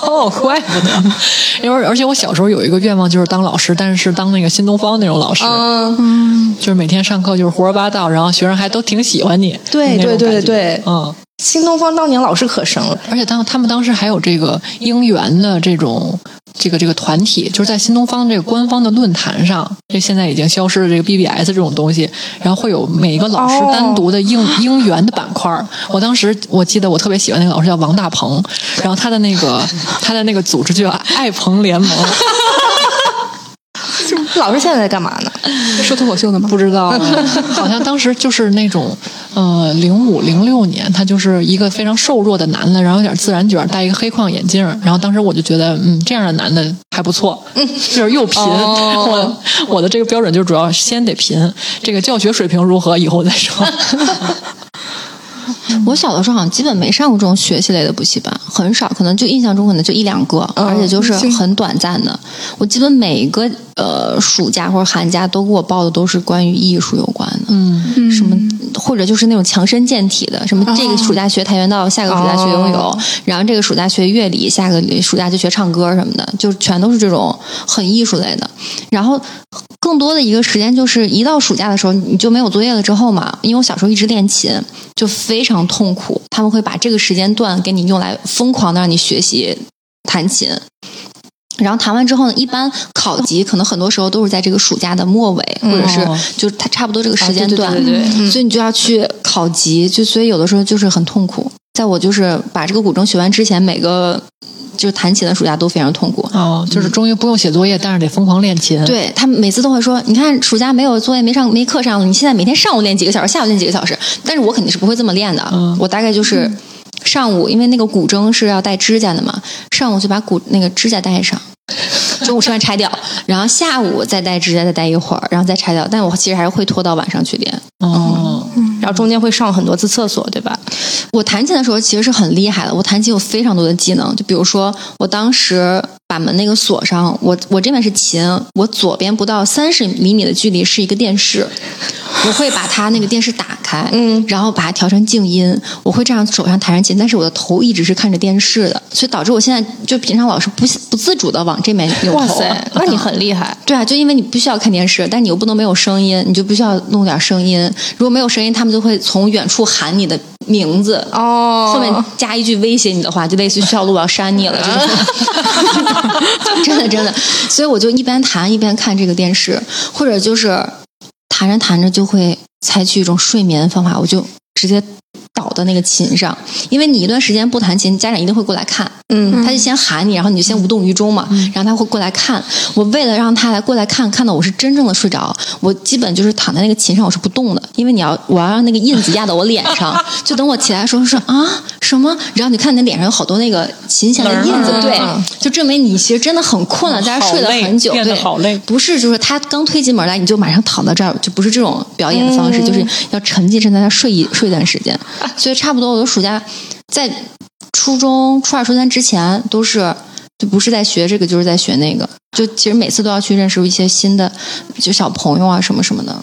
[SPEAKER 4] 哦，怪不得。因为而且我小时候有一个愿望，就是当老师，但是是当那个新东方那种老师，
[SPEAKER 1] 嗯，
[SPEAKER 4] 就是每天上课就是胡说八道，然后学生还都挺喜欢你。
[SPEAKER 1] 对
[SPEAKER 4] 那
[SPEAKER 1] 对
[SPEAKER 4] 种
[SPEAKER 1] 对
[SPEAKER 4] 感觉
[SPEAKER 1] 对
[SPEAKER 4] 嗯。
[SPEAKER 1] 新东方当年老师可神了，
[SPEAKER 4] 而且当他们当时还有这个英元的这种这个这个团体，就是在新东方这个官方的论坛上，这现在已经消失了这个 BBS 这种东西，然后会有每个老师
[SPEAKER 1] 哦
[SPEAKER 4] 单独的应、应援的板块儿。我当时我记得我特别喜欢那个老师叫王大鹏，然后他的那个他的那个组织就叫爱鹏联盟，
[SPEAKER 1] 老师现在在干嘛呢？
[SPEAKER 2] 说脱口秀的吗？
[SPEAKER 4] 不知道， 好像当时就是那种，呃，零五零六年，他就是一个非常瘦弱的男的，然后有点自然卷，戴一个黑框眼镜儿，然后当时我就觉得，嗯，这样的男的还不 错，就是又贫。
[SPEAKER 1] 哦
[SPEAKER 4] 我我的这个标准就主要先得贫，这个教学水平如何以后再 说。
[SPEAKER 3] 我小的时候好像基本没上过这种学习类的补习班，很少，可能就印象中可能就一两个，而且就是很短暂的。我基本每一个呃暑假或者寒假都给我报的都是关于艺术有关的，
[SPEAKER 4] 嗯，
[SPEAKER 3] 什么或者就是那种强身健体的，什么这个暑假学跆拳道，下个暑假学游泳，然后这个暑假学乐理，下个暑假就学唱歌什么的，就全都是这种很艺术类的。然后更多的一个时间就是一到暑假的时候，你就没有作业了之后嘛，因为我小时候一直练琴，就非常痛苦。他们会把这个时间段给你用来疯狂的让你学习弹琴。然后弹完之后呢，一般考级可能很多时候都是在这个暑假的末尾，或者是
[SPEAKER 4] 哦
[SPEAKER 3] 就是它差不多这个时间
[SPEAKER 1] 对
[SPEAKER 3] 段，
[SPEAKER 1] 嗯哦
[SPEAKER 3] 嗯
[SPEAKER 1] 对对对对
[SPEAKER 3] 所以你就要去考级，就所以有的时候就是很痛苦。在我就是把这个古筝学完之前，每个就是弹琴的暑假都非常痛苦。
[SPEAKER 4] 哦，就是终于不用写作业，但是得疯狂练琴。，
[SPEAKER 3] 对他们每次都会说：“你看暑假没有作业，没上没课上了，你现在每天上午练几个小时，下午练几个小时。”但是我肯定是不会这么练的，
[SPEAKER 4] 嗯
[SPEAKER 3] 我大概就是。上午因为那个古筝是要带指甲的嘛，上午就把古那个指甲带上，中午吃饭拆掉，然后下午再带指甲再带一会儿，然后再拆掉。但我其实还是会拖到晚上去练。
[SPEAKER 4] 哦，
[SPEAKER 3] 嗯
[SPEAKER 1] 然后中间会上很多次厕所，对吧？
[SPEAKER 3] 我弹琴的时候其实是很厉害的，我弹琴有非常多的技能，就比如说我当时把门那个锁上，我我这边是琴，我左边不到三十厘米的距离是一个电视，我会把它那个电视打开，
[SPEAKER 1] 嗯
[SPEAKER 3] 然后把它调成静音，我会这样手上弹着琴，但是我的头一直是看着电视的，所以导致我现在就平常老是不不自主的往这边扭头。
[SPEAKER 1] 哇塞，那你很厉害。
[SPEAKER 3] 对啊，就因为你必须要看电视，但你又不能没有声音，你就必须要弄点声音。如果没有声音，他们就会从远处喊你的名字，
[SPEAKER 1] 哦
[SPEAKER 3] 后面加一句威胁你的话，就类似于小鹿我要扇你了，就是，真 的真的。所以我就一边弹一边看这个电视，或者就是弹着弹着就会采取一种睡眠方法，我就直接倒到那个琴上，因为你一段时间不弹琴，家长一定会过来看，
[SPEAKER 1] 嗯，
[SPEAKER 3] 他就先喊你，然后你就先无动于衷嘛，然后他会过来看。我为了让他来过来看，看到我是真正的睡着，我基本就是躺在那个琴上，我是不动的，因为你要我要让那个印子压到我脸上，就等我起来的时候是啊什么，然后你看你脸上有好多那个琴弦的
[SPEAKER 4] 嗯
[SPEAKER 3] 印子，对，就证明你其实真的很困了，在这儿睡了很久，
[SPEAKER 4] 变得
[SPEAKER 3] 对，
[SPEAKER 4] 好累
[SPEAKER 3] 不是就是他刚推进门来你就马上躺到这儿，就不是这种表演的方式，就是要沉浸在那睡一睡一段时间。所以差不多我的暑假在初中初二、初三之前都是。就不是在学这个，就是在学那个。就其实每次都要去认识一些新的，就小朋友啊什么什么的。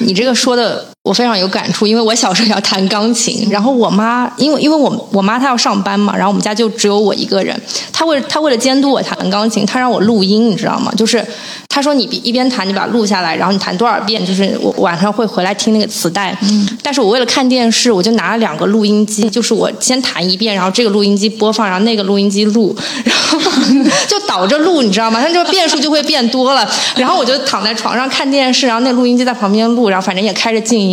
[SPEAKER 1] 你这个说的我非常有感触，因为我小时候也要弹钢琴，然后我妈因为因为我我妈她要上班嘛，然后我们家就只有我一个人，她为她为了监督我弹钢琴，她让我录音，你知道吗？就是她说你一边弹你把它录下来，然后你弹多少遍，就是我晚上会回来听那个磁带。嗯，但是我为了看电视，我就拿了两个录音机，就是我先弹一遍，然后这个录音机播放，然后那个录音机录，然后 就倒着录，你知道吗？它就变数就会变多了。然后我就躺在床上看电视，然后那录音机在旁边录，然后反正也开着静音。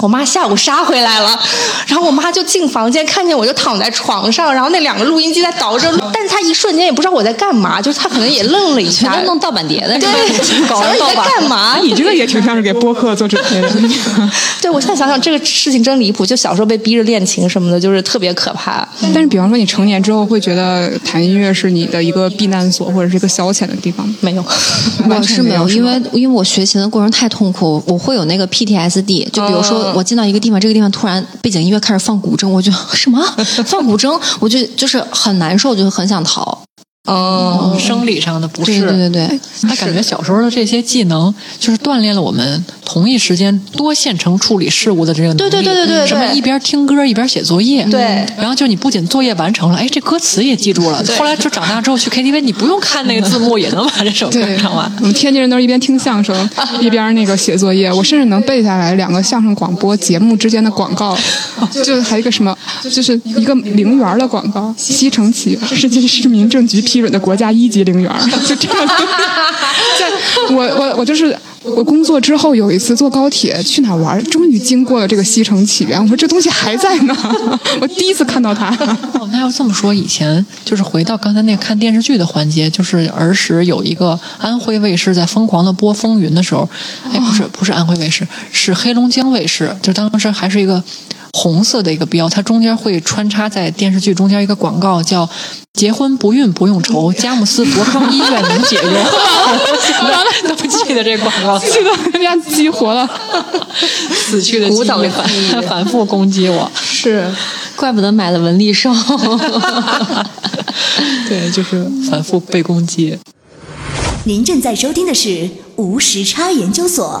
[SPEAKER 1] 我妈下午杀回来了，然后我妈就进房间，看见我就躺在床上，然后那两个录音机在倒着录，但是她一瞬间也不知道我在干嘛，就是她可能也愣了一
[SPEAKER 3] 全
[SPEAKER 1] 下
[SPEAKER 3] 都，弄盗版碟的，
[SPEAKER 1] 对，
[SPEAKER 3] 搞
[SPEAKER 1] 想说
[SPEAKER 3] 了
[SPEAKER 1] 你
[SPEAKER 3] 盗
[SPEAKER 1] 在
[SPEAKER 3] 版。
[SPEAKER 1] 干嘛？
[SPEAKER 2] 你这个也挺像是给播客做准备的。
[SPEAKER 1] 对我现在想想这个事情真离谱，就小时候被逼着练琴什么的，就是特别可怕。
[SPEAKER 2] 但是，比方说你成年之后会觉得弹音乐是你的一个避难所或者是一个消遣的地方吗？
[SPEAKER 1] 没有，
[SPEAKER 2] 完
[SPEAKER 3] 我
[SPEAKER 2] 全
[SPEAKER 3] 是没有，
[SPEAKER 2] 有，
[SPEAKER 3] 因
[SPEAKER 2] 吗
[SPEAKER 3] 为因为我学琴的过程太痛苦，我会有那个 PTSD。就比如说，我进到一个地方，这个地方突然背景音乐开始放古筝，我就 什么放古筝，我就就是很难受，就很想逃。
[SPEAKER 1] 嗯，
[SPEAKER 4] 生理上的不
[SPEAKER 3] 对
[SPEAKER 4] 适，
[SPEAKER 3] 对对对，
[SPEAKER 4] 他感觉小时候的这些技能，就是锻炼了我们同一时间多线程处理事务的这个能力。
[SPEAKER 1] 对对对对对对
[SPEAKER 4] 什么一边听歌一边写作业。嗯
[SPEAKER 1] 对
[SPEAKER 4] 然后就你不仅作业完成了，哎，这歌词也记住了。后来就长大之后去 KTV，你不用看那个 字幕也能把这首歌
[SPEAKER 2] 对
[SPEAKER 4] 唱完。
[SPEAKER 2] 我们天津人都是一边听相 声一边那个写作业，我甚至能背下来两个相声广播节目之间的广 告，就还有一个什么，就是一个陵园的广告，西城起源是世界市民政局批准的国家一级陵园，就这样。 在我我我就是。我工作之后有一次坐高铁去哪儿玩，终于经过了这个西城起源，我说这东西还在呢， 我第一次看到它。
[SPEAKER 4] 哦，那要这么说，以前就是回到刚才那个看电视剧的环节，就是儿时有一个安徽卫视在疯狂的播《风云》的时候，哎，不是
[SPEAKER 2] 哦
[SPEAKER 4] 不是安徽卫视，是黑龙江卫视，就当时还是一个红色的一个标，它中间会穿插在电视剧中间一个广告叫“结婚不孕不用愁，佳木斯博康医院能解忧”， 都记得这广告词，
[SPEAKER 2] 这个被家激活了，
[SPEAKER 4] 死去的记
[SPEAKER 1] 古早的
[SPEAKER 4] 忆反反复攻击我。
[SPEAKER 1] 是
[SPEAKER 3] 怪不得买了文丽寿。
[SPEAKER 4] 对，就是反复被攻击。
[SPEAKER 5] 您正在收听的是无时差研究所。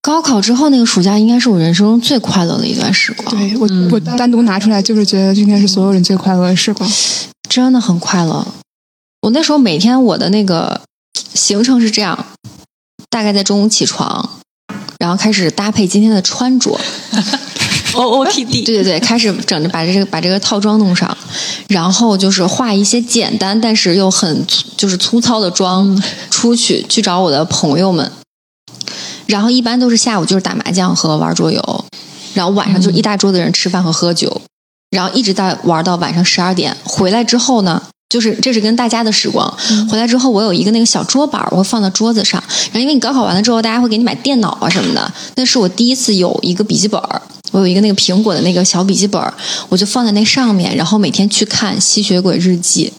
[SPEAKER 3] 高考之后那个暑假，应该是我人生中最快乐的一段时光，
[SPEAKER 2] 对我，我单独拿出来就是觉得这应该是所有人最快乐的时光。
[SPEAKER 3] 真的很快乐。我那时候每天我的那个行程是这样：大概在中午起床，然后开始搭配今天的穿着，
[SPEAKER 4] O O T D，
[SPEAKER 3] 对对对，开始整着把这个把这个套装弄上，然后就是画一些简单但是又很粗就是粗糙的妆出去去找我的朋友们，然后一般都是下午就是打麻将和玩桌游，然后晚
[SPEAKER 4] 嗯
[SPEAKER 3] 上就是一大桌子人吃饭和喝酒，然后一直在玩到晚上十二点，回来之后呢。就是这是跟大家的时光，回来之后我有一个那个小桌板儿，我会放到桌子上。然后因为你高考完了之后，大家会给你买电脑啊什么的，那是我第一次有一个笔记本儿，我有一个那个苹果的那个小笔记本儿，我就放在那上面，然后每天去看《吸血鬼日记》。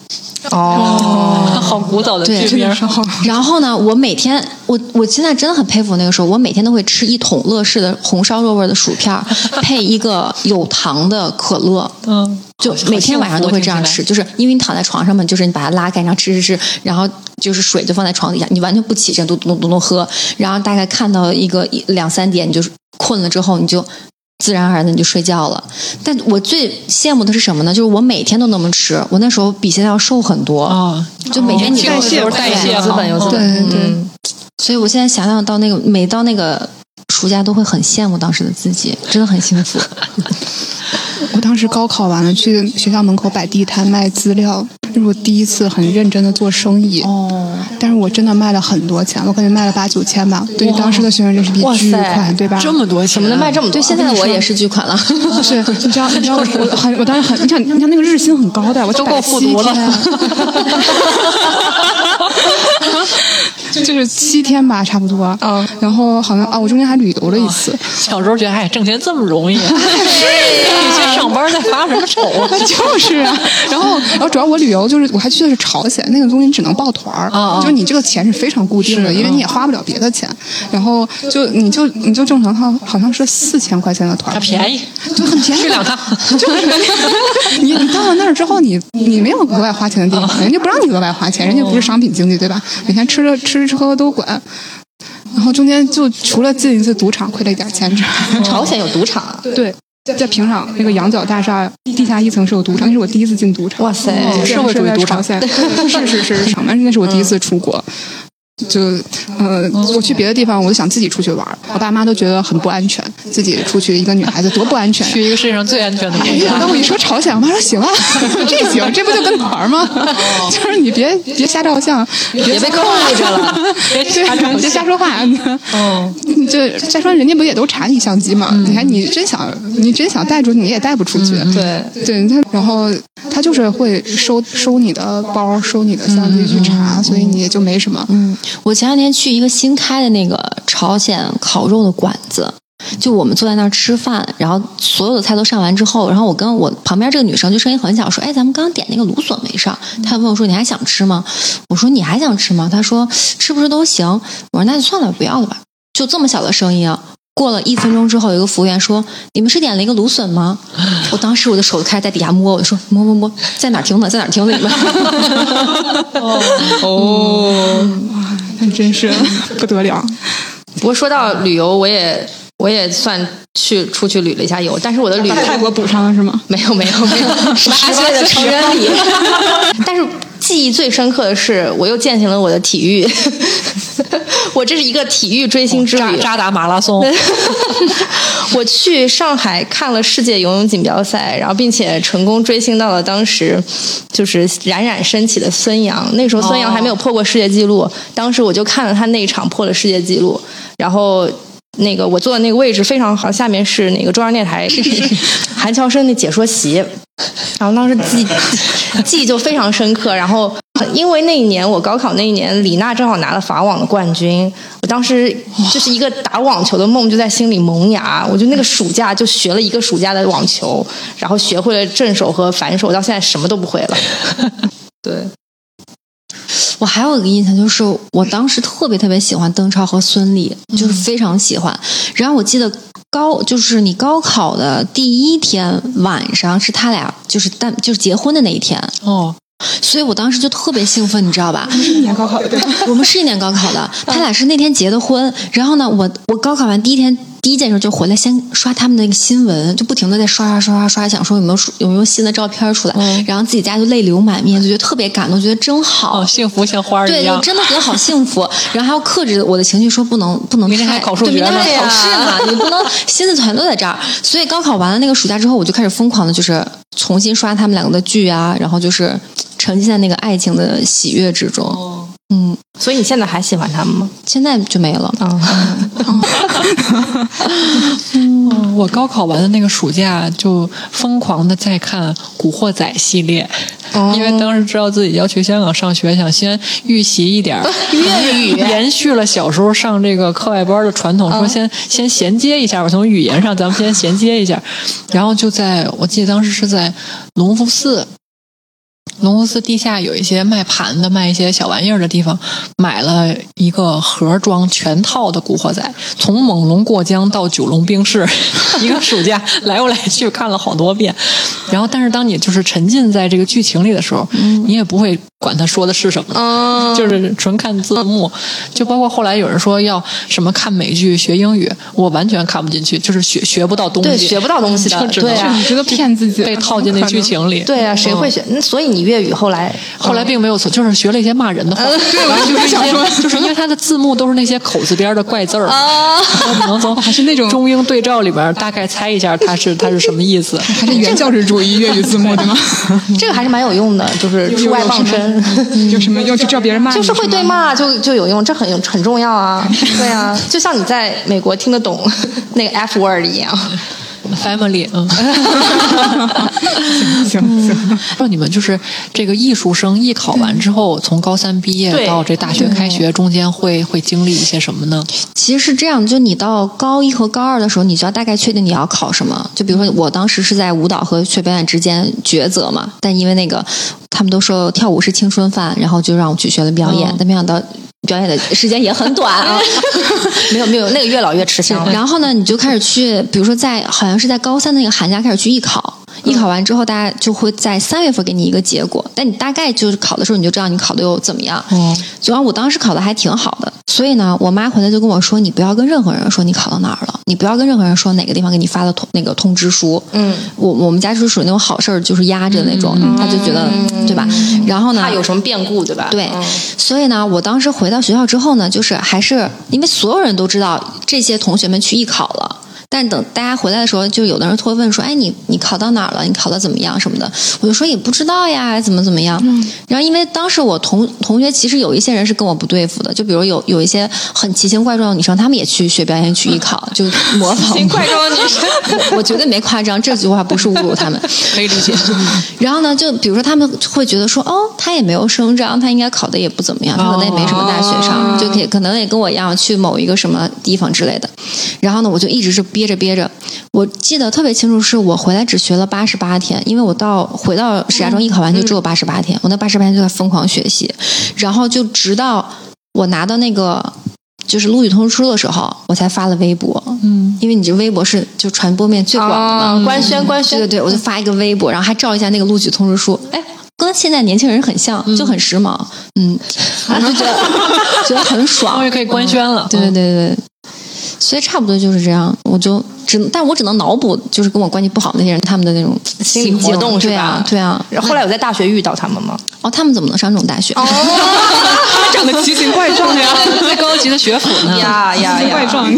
[SPEAKER 4] 哦，好古早的
[SPEAKER 3] 对
[SPEAKER 4] 剧名，
[SPEAKER 3] 然后呢，我每天我我现在真的很佩服那个时候，我每天都会吃一桶乐事的红烧肉味儿的薯片儿，配一个有糖的可乐。
[SPEAKER 4] 嗯，
[SPEAKER 3] 就
[SPEAKER 4] 好幸福
[SPEAKER 3] 每天晚上都会这样吃，就是因为你躺在床上嘛，就是你把它拉开，然后吃吃吃，然后就是水就放在床底下，你完全不起身，咚咚咚咚咚喝，然后大概看到一个一两三点，你就困了之后，你就自然而然的你就睡觉了。但我最羡慕的是什么呢？就是我每天都那么吃，我那时候比现在要瘦很多，
[SPEAKER 4] 啊，
[SPEAKER 3] 就每天你
[SPEAKER 4] 代谢
[SPEAKER 3] 都
[SPEAKER 4] 代谢
[SPEAKER 1] 有
[SPEAKER 4] 好
[SPEAKER 1] 资本有资
[SPEAKER 3] 对
[SPEAKER 1] 本，
[SPEAKER 3] 对对
[SPEAKER 1] 嗯
[SPEAKER 3] 所以我现在想想到那个每到那个暑假都会很羡慕当时的自己，真的很幸福。
[SPEAKER 2] 我当时高考完了，去学校门口摆地摊卖资料，这是我第一次很认真的做生意。
[SPEAKER 3] 哦，
[SPEAKER 2] 但是我真的卖了很多钱，我可能卖了八九千吧。对于当时的学生，这是笔
[SPEAKER 1] 哇
[SPEAKER 2] 巨
[SPEAKER 1] 塞
[SPEAKER 2] 款，对吧？
[SPEAKER 4] 这么多钱，啊
[SPEAKER 1] 怎么能卖这么多？
[SPEAKER 3] 对，现在的我也是巨款了。
[SPEAKER 2] 是，你知道，你知道我我很，我当时很，你想，你想那个日薪很高的，我
[SPEAKER 4] 都够复读了
[SPEAKER 2] 就 就是七天 吧，差不多。
[SPEAKER 4] 哦
[SPEAKER 2] 嗯，然后好像啊，我中间还旅游了一次，
[SPEAKER 3] 啊
[SPEAKER 4] 小时候觉得哎，挣钱这么容易， 是你去上班再发什么愁啊？
[SPEAKER 2] 就是啊。 然后，然后主要我旅游就是我还去的是朝鲜，那个东西你只能抱团儿，
[SPEAKER 4] 啊啊
[SPEAKER 2] 就是你这个钱是非常固定的，因为
[SPEAKER 4] 嗯
[SPEAKER 2] 你也花不了别的钱。然后就你就你就正常看，好像是四千块钱的团
[SPEAKER 4] 它
[SPEAKER 2] 儿，
[SPEAKER 4] 便宜，
[SPEAKER 2] 就很便宜，
[SPEAKER 4] 去两趟。
[SPEAKER 2] 就是你你到了那儿之后，你你没有额外花钱的 地方，人家不让你额外花钱，人家不是商品经济，对吧？每天吃着吃吃喝喝都管，然后中间就除了进一次赌场亏了一点钱之外，
[SPEAKER 1] 朝鲜有赌场啊，
[SPEAKER 2] 对。在平壤那个羊角大厦地下一层是有赌场，那是我第一次进赌场。
[SPEAKER 1] 哇塞
[SPEAKER 2] 对
[SPEAKER 4] 社会主义
[SPEAKER 2] 在
[SPEAKER 4] 赌场
[SPEAKER 2] 朝鲜对是是是是场，但是那是我第一次出国。就呃，我去别的地方，我就想自己出去玩儿，我爸妈都觉得很不安全，自己出去一个女孩子多不安全啊。
[SPEAKER 4] 去一个世界上最安全的
[SPEAKER 2] 哎
[SPEAKER 4] 国
[SPEAKER 2] 呀，
[SPEAKER 4] 家
[SPEAKER 2] 那。我一说朝鲜，我妈说行啊， 这行，这不就跟团儿吗？
[SPEAKER 4] 哦
[SPEAKER 2] 就是你别别瞎照相，别被扣
[SPEAKER 4] 着了， 别瞎照
[SPEAKER 2] 对，别瞎说 话。
[SPEAKER 4] 嗯，
[SPEAKER 2] 就再说人家不也都查你相机吗？你看你真想，你真想带出去，你也带不出去。
[SPEAKER 4] 嗯
[SPEAKER 1] 对，
[SPEAKER 2] 对他，然后他就是会收收你的包，收你的相机去
[SPEAKER 4] 嗯
[SPEAKER 2] 查，所以你也就没什么。
[SPEAKER 3] 嗯，我前两天去一个新开的那个朝鲜烤肉的馆子，就我们坐在那儿吃饭，然后所有的菜都上完之后，然后我跟我旁边这个女生就声音很小说：“哎，咱们刚刚点那个芦笋没上。”她问我说：“你还想吃吗？”我说：“你还想吃吗？”她说：“吃不吃都行。”我说：“那就算了，不要了吧。”就这么小的声音啊。过了一分钟之后，有一个服务员说：“你们是点了一个芦笋吗？”我当时我的手就开始在底下摸，我就说：“摸摸摸，在哪儿停的？在哪儿停的？你们。
[SPEAKER 2] 那真是不得了。
[SPEAKER 1] 不过说到旅游，我也我也算去出去旅了一下游，但是我的旅游
[SPEAKER 2] 把泰国补上了是吗？
[SPEAKER 1] 没有没有没有，十八岁的成人礼。 但是记忆最深刻的是，我又践行了我的体育， 我这是一个体育追星之
[SPEAKER 4] 扎
[SPEAKER 1] 旅。
[SPEAKER 4] 扎达马拉松，
[SPEAKER 1] 我去上海看了世界游泳锦标赛，然后并且成功追星到了当时就是冉冉升起的孙杨。那时候孙杨还没有破过世界纪录，当时我就看了他那一场破了世界纪录，然后。那个我坐的那个位置非常好，下面是那个中央电台韩乔生的解说席，然后当时记记忆就非常深刻。然后因为那一年我高考那一年，李娜正好拿了法网的冠军，我当时就是一个打网球的梦就在心里萌芽。我就那个暑假就学了一个暑假的网球，然后学会了正手和反手，到现在什么都不会了。对，
[SPEAKER 3] 我还有一个印象就是，我当时特别特别喜欢邓超和孙俪，
[SPEAKER 2] 嗯
[SPEAKER 3] 就是非常喜欢。然后我记得高，就是你高考的第一天晚上是他俩就是但就是结婚的那一天，
[SPEAKER 4] 哦，
[SPEAKER 3] 所以我当时就特别兴奋，你知道 吧？
[SPEAKER 2] 一年 高考对吧？嗯
[SPEAKER 3] 我们是一年高考的，他俩是那天结的婚。然后呢，我我高考完第一天第一件事就回来先刷他们那个新闻，就不停的在刷刷刷刷刷，想说有没有出有没有新的照片出来，
[SPEAKER 4] 嗯
[SPEAKER 3] 然后自己家就泪流满面，就觉得特别感动，觉得真好。
[SPEAKER 4] 哦，幸福像花儿一
[SPEAKER 3] 对，
[SPEAKER 4] 样
[SPEAKER 3] 就。真的觉得好幸福。然后还要克制我的情绪，说不能不能
[SPEAKER 4] 明天
[SPEAKER 3] 太
[SPEAKER 4] 还考数
[SPEAKER 3] 对
[SPEAKER 4] 学
[SPEAKER 3] 明天
[SPEAKER 4] 呢
[SPEAKER 3] 还考试呢， 你不能心思全都在这儿。所以高考完了那个暑假之后，我就开始疯狂的，就是重新刷他们两个的剧啊，然后就是沉浸在那个爱情的喜悦之中。
[SPEAKER 4] 哦
[SPEAKER 3] 嗯，
[SPEAKER 1] 所以你现在还喜欢他们吗？
[SPEAKER 3] 现在就没了。
[SPEAKER 4] 哦
[SPEAKER 1] 啊、
[SPEAKER 4] 嗯我高考完的那个暑假，就疯狂的在看《古惑仔》系列，
[SPEAKER 1] 哦
[SPEAKER 4] 因为当时知道自己要去香港上学，想先预习一点儿
[SPEAKER 1] 粤语哦
[SPEAKER 4] 延续了小时候上这个课外班的传统，说先先衔接一下吧，从语言上咱们先衔接一下。然后就在我记得当时是在隆福寺，隆福寺地下有一些卖盘的、卖一些小玩意儿的地方，买了一个盒装全套的《古惑仔》，从猛龙过江到九龙冰室， 一个暑假来回来去看了好多遍。然后，但是当你就是沉浸在这个剧情里的时候，你也不会管他说的是什么。
[SPEAKER 1] 嗯，
[SPEAKER 4] 就是纯看字幕，就包括后来有人说要什么看美剧学英语，我完全看不进去，就是学学不到东西，
[SPEAKER 1] 对学不到东西的
[SPEAKER 4] 就只能
[SPEAKER 1] 对啊
[SPEAKER 2] 你觉得骗自己
[SPEAKER 4] 被套进那剧情里。
[SPEAKER 1] 对啊，谁会学？那所以你粤语后来
[SPEAKER 4] 后来并没有错，就是学了一些骂人的 话，对，然后就是一些，就是因为它的字幕都是那些口字边的怪字儿，
[SPEAKER 1] 啊
[SPEAKER 4] 我只能从还
[SPEAKER 2] 是那种
[SPEAKER 4] 中英对照里边大概猜一下它是它是什么意思。
[SPEAKER 2] 还是原教旨主 义粤语字幕对吗？
[SPEAKER 1] 这个还是蛮有用的，就是出外傍身。
[SPEAKER 2] 有什么要去叫别人骂你
[SPEAKER 1] 就
[SPEAKER 2] 吗？
[SPEAKER 1] 是会对骂就就有用，这很很重要啊，对啊，就像你在美国听得懂那个 F word 一样，
[SPEAKER 4] Family，嗯。
[SPEAKER 2] 行行行，
[SPEAKER 4] 让你们就是这个艺术生艺考完之后，从高三毕业
[SPEAKER 1] 对
[SPEAKER 4] 到这大学开学中间会会经历一些什么呢？
[SPEAKER 3] 其实是这样，就你到高一和高二的时候，你就要大概确定你要考什么。就比如说，我当时是在舞蹈和学表演之间抉择嘛，但因为那个他们都说跳舞是青春饭，然后就让我去学了表演，
[SPEAKER 4] 哦
[SPEAKER 3] 但没想到表演的时间也很短啊。
[SPEAKER 1] 没有没有，那个越老越吃香了。
[SPEAKER 3] 然后呢，你就开始去，比如说在好像是在高三那个寒假开始去艺考，艺考完之后，大家就会在三月份给你一个结果，但你大概就是考的时候，你就知道你考的又怎么样。
[SPEAKER 4] 哦，
[SPEAKER 3] 主要我当时考的还挺好的，所以呢，我妈回来就跟我说：“你不要跟任何人说你考到哪儿了，你不要跟任何人说哪个地方给你发了通那个通知书。”
[SPEAKER 1] 嗯，
[SPEAKER 3] 我我们家就是属于那种好事儿就是压着那种，她就觉得对吧？然后呢，
[SPEAKER 1] 怕有什么变故，对吧？
[SPEAKER 3] 对
[SPEAKER 1] 嗯，
[SPEAKER 3] 所以呢，我当时回到学校之后呢，就是还是因为所有人都知道这些同学们去艺考了。但等大家回来的时候，就有的人会问说：“哎，你你考到哪儿了？你考的怎么样什么的？”我就说也不知道呀，怎么怎么样。然后因为当时我同同学其实有一些人是跟我不对付的，就比如有有一些很奇形怪状的女生，她们也去学表演去艺考，就模仿。奇形怪状的女生， 我绝对没夸张，这句话不是侮辱她们。
[SPEAKER 4] 可以理 解。
[SPEAKER 3] 然后呢，就比如说他们会觉得说，哦，他也没有升账，他应该考的也不怎么样，他可能也没什么大学上，就可以可能也跟我一样去某一个什么地方之类的。然后呢，我就一直是憋着憋着，我记得特别清楚，是我回来只学了八十八天，因为我到回到石家庄艺考完就只有八十八天，我那八十八天就在疯狂学习，然后就直到我拿到那个。就是录取通知书的时候，我才发了微博，
[SPEAKER 4] 嗯，
[SPEAKER 3] 因为你这微博是就传播面最广的嘛，
[SPEAKER 1] 啊，官宣官
[SPEAKER 3] 对对
[SPEAKER 1] 宣，
[SPEAKER 3] 对，我就发一个微博，然后还照一下那个录取通知书。哎，跟现在年轻人很像，就很时髦。 嗯，我就觉得觉得很爽
[SPEAKER 4] 终于。可以官宣了。
[SPEAKER 3] 对对对对，所以差不多就是这样。我就只，但我只能脑补，就是跟我关系不好的那些人他们的那种
[SPEAKER 1] 心理
[SPEAKER 3] 心境
[SPEAKER 1] 活动是
[SPEAKER 3] 对
[SPEAKER 1] 吧
[SPEAKER 3] 啊，对啊。
[SPEAKER 1] 然后后来有在大学遇到他们吗？
[SPEAKER 3] 哦，他们怎么能上这种大
[SPEAKER 1] 哦
[SPEAKER 3] 学？
[SPEAKER 2] 长得奇形怪状呀，
[SPEAKER 4] 最高级的学府呢？
[SPEAKER 1] 呀呀
[SPEAKER 2] 奇形怪
[SPEAKER 1] 呀！
[SPEAKER 2] 状。